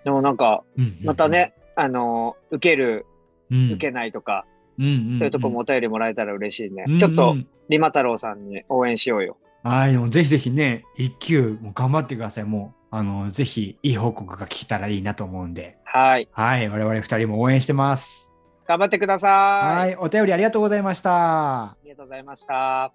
Speaker 2: でもなんか、
Speaker 1: うんうんうん
Speaker 2: また、ね、あのー、受ける、
Speaker 1: うん、
Speaker 2: 受けないとか、
Speaker 1: うんうんうん
Speaker 2: そういうとこもお便りもらえたら嬉しいね。
Speaker 1: うんうん
Speaker 2: ちょっと、リマ太郎さんに応援しようよ。
Speaker 1: はい、でもぜひぜひね、一級、もう頑張ってください。もう、あの、ぜひ、いい報告が聞けたらいいなと思うんで、
Speaker 2: はい。
Speaker 1: はい、我々二人も応援してます。
Speaker 2: 頑張ってください。
Speaker 1: はい、お便りありがとうございました。
Speaker 2: ありがとうございました。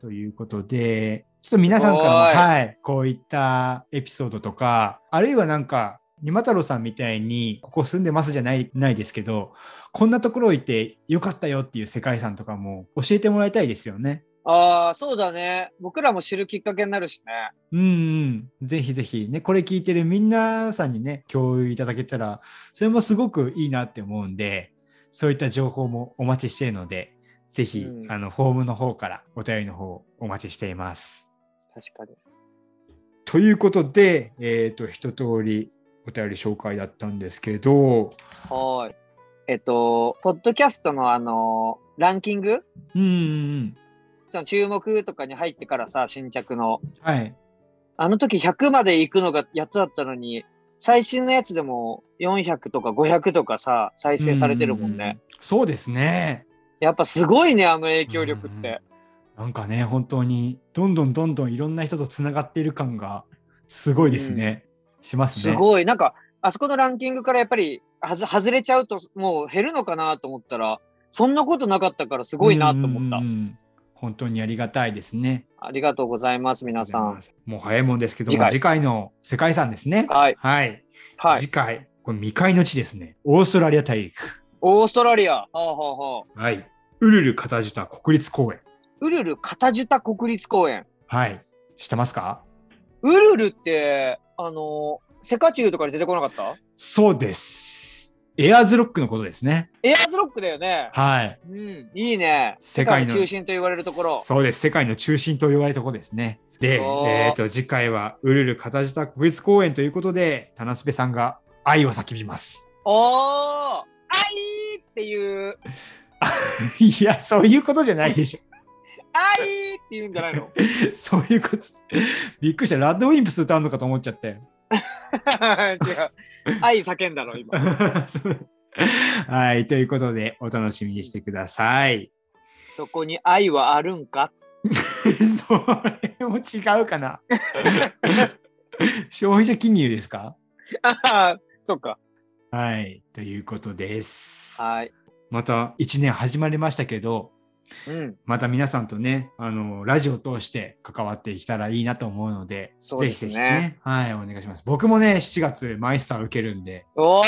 Speaker 1: ということで、ちょっと皆さんからも、
Speaker 2: すごい
Speaker 1: はい、こういったエピソードとか、あるいはなんか、にま太郎さんみたいに、ここ住んでますじゃないないですけど、こんなところ行ってよかったよっていう世界遺産とかも教えてもらいたいですよね。
Speaker 2: ああ、そうだね。僕らも知るきっかけになるしね。
Speaker 1: うんうん、ぜひぜひ、ね、これ聞いてるみんなさんにね、共有いただけたら、それもすごくいいなって思うんで、そういった情報もお待ちしているので、ぜひ、
Speaker 2: うん
Speaker 1: あの、フォームの方からお便りの方お待ちしています。
Speaker 2: 確かに。
Speaker 1: ということで、えっ、と、一通りお便り紹介だったんですけど、
Speaker 2: はーい。えっと、ポッドキャストのあのーランキング
Speaker 1: うんうん
Speaker 2: その注目とかに入ってからさ、新着の。
Speaker 1: うん、はい。
Speaker 2: あの時100まで行くのがやっとだったのに、最新のやつでも400とか500とかさ、再生されてるもん
Speaker 1: うう
Speaker 2: ね。
Speaker 1: う。そうですね。
Speaker 2: やっぱすごいね、あの影響力って。
Speaker 1: なんかね、本当に、どんどんどんどんいろんな人とつながっている感がすごいですね。します
Speaker 2: す
Speaker 1: ね。
Speaker 2: ごい。なんか、あそこのランキングからやっぱりはず外れちゃうともう減るのかなと思ったら、そんなことなかったからすごいなと思った
Speaker 1: うんう。んうん本当にありがたいですね。
Speaker 2: ありがとうございます、皆さん。。
Speaker 1: もう早いもんですけど
Speaker 2: 次
Speaker 1: も、
Speaker 2: 回
Speaker 1: 次回の世界遺産ですね。
Speaker 2: はい。
Speaker 1: はい。
Speaker 2: はい。
Speaker 1: 次回、これ未開の地ですね。オーストラリア大陸。
Speaker 2: オーストラリア。はあはあはあ。
Speaker 1: はい。ウルルカタジュタ国立公園。
Speaker 2: ウルル・カタジュタ国立公園。
Speaker 1: はい。知ってますか
Speaker 2: ウルルって、あのーセカチュウとかに出てこなかった
Speaker 1: そうです。エアーズロックのことですね。
Speaker 2: エアーズロックだよね。
Speaker 1: はい。
Speaker 2: うん。いいね。
Speaker 1: 世界の
Speaker 2: 中心と言われるところ。
Speaker 1: そうです。世界の中心と言われるところですね。で、
Speaker 2: おー
Speaker 1: えっ、と、次回はウルル片舌国立公園ということで、田スペさんが愛を叫びます。
Speaker 2: おー愛っていう、
Speaker 1: いや、そういうことじゃないでし
Speaker 2: 愛っていうんじゃないの
Speaker 1: ょ。 そういうこと。びっくりした。ラッドウィンプス歌うのかと思っちゃって。
Speaker 2: 違う。愛叫んだろ、今。
Speaker 1: そうはい。ということで、お楽しみにしてください。
Speaker 2: そこに愛はある んか
Speaker 1: それも違うか な。消費者金融ですか
Speaker 2: あーそっか。
Speaker 1: はい、ということです。
Speaker 2: はい。
Speaker 1: また1年始まりましたけど、
Speaker 2: うん。
Speaker 1: また皆さんとね、あのラジオを通して関わっていけたらいいなと思うので、
Speaker 2: そうですね
Speaker 1: ぜひぜひね、はい、お願いします。僕もね、7月マイスター受けるんで、
Speaker 2: おー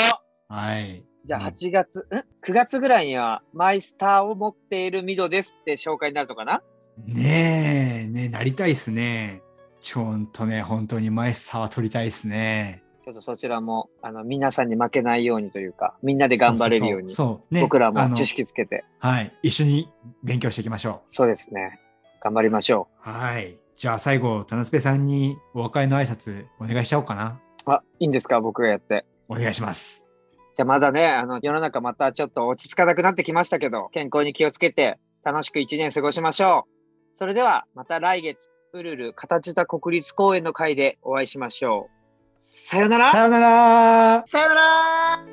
Speaker 1: はい。
Speaker 2: じゃあ
Speaker 1: うん
Speaker 2: 8月、ん ?9 月ぐらいにはマイスターを持っているミドですって紹介になるのかな
Speaker 1: ねえ、ねなりたいっすね。ちょんとね、本当にマイスターは取りたいっすね。
Speaker 2: ちょっとそちらも、あの、皆さんに負けないようにというか、みんなで頑張れるように、
Speaker 1: そうそうそうそうね
Speaker 2: 僕ら
Speaker 1: あ
Speaker 2: も
Speaker 1: の
Speaker 2: 知識つけて、
Speaker 1: はい。一緒に勉強していきましょ
Speaker 2: そうですね。頑張りましょ
Speaker 1: う。はい。じゃあ最後、田之助さんにお別れの挨拶お願いしちゃおうかな。
Speaker 2: う。あ、いいんですか僕がやって。
Speaker 1: お願いします。
Speaker 2: じゃあまだね、あの、世の中またちょっと落ち着かなくなってきましたけど、健康に気をつけて、楽しく一年過ごしましょう。それでは、また来月、ウルル片地田国立公園の会でお会いしましょう。さよなら
Speaker 1: さようなら
Speaker 2: さよなら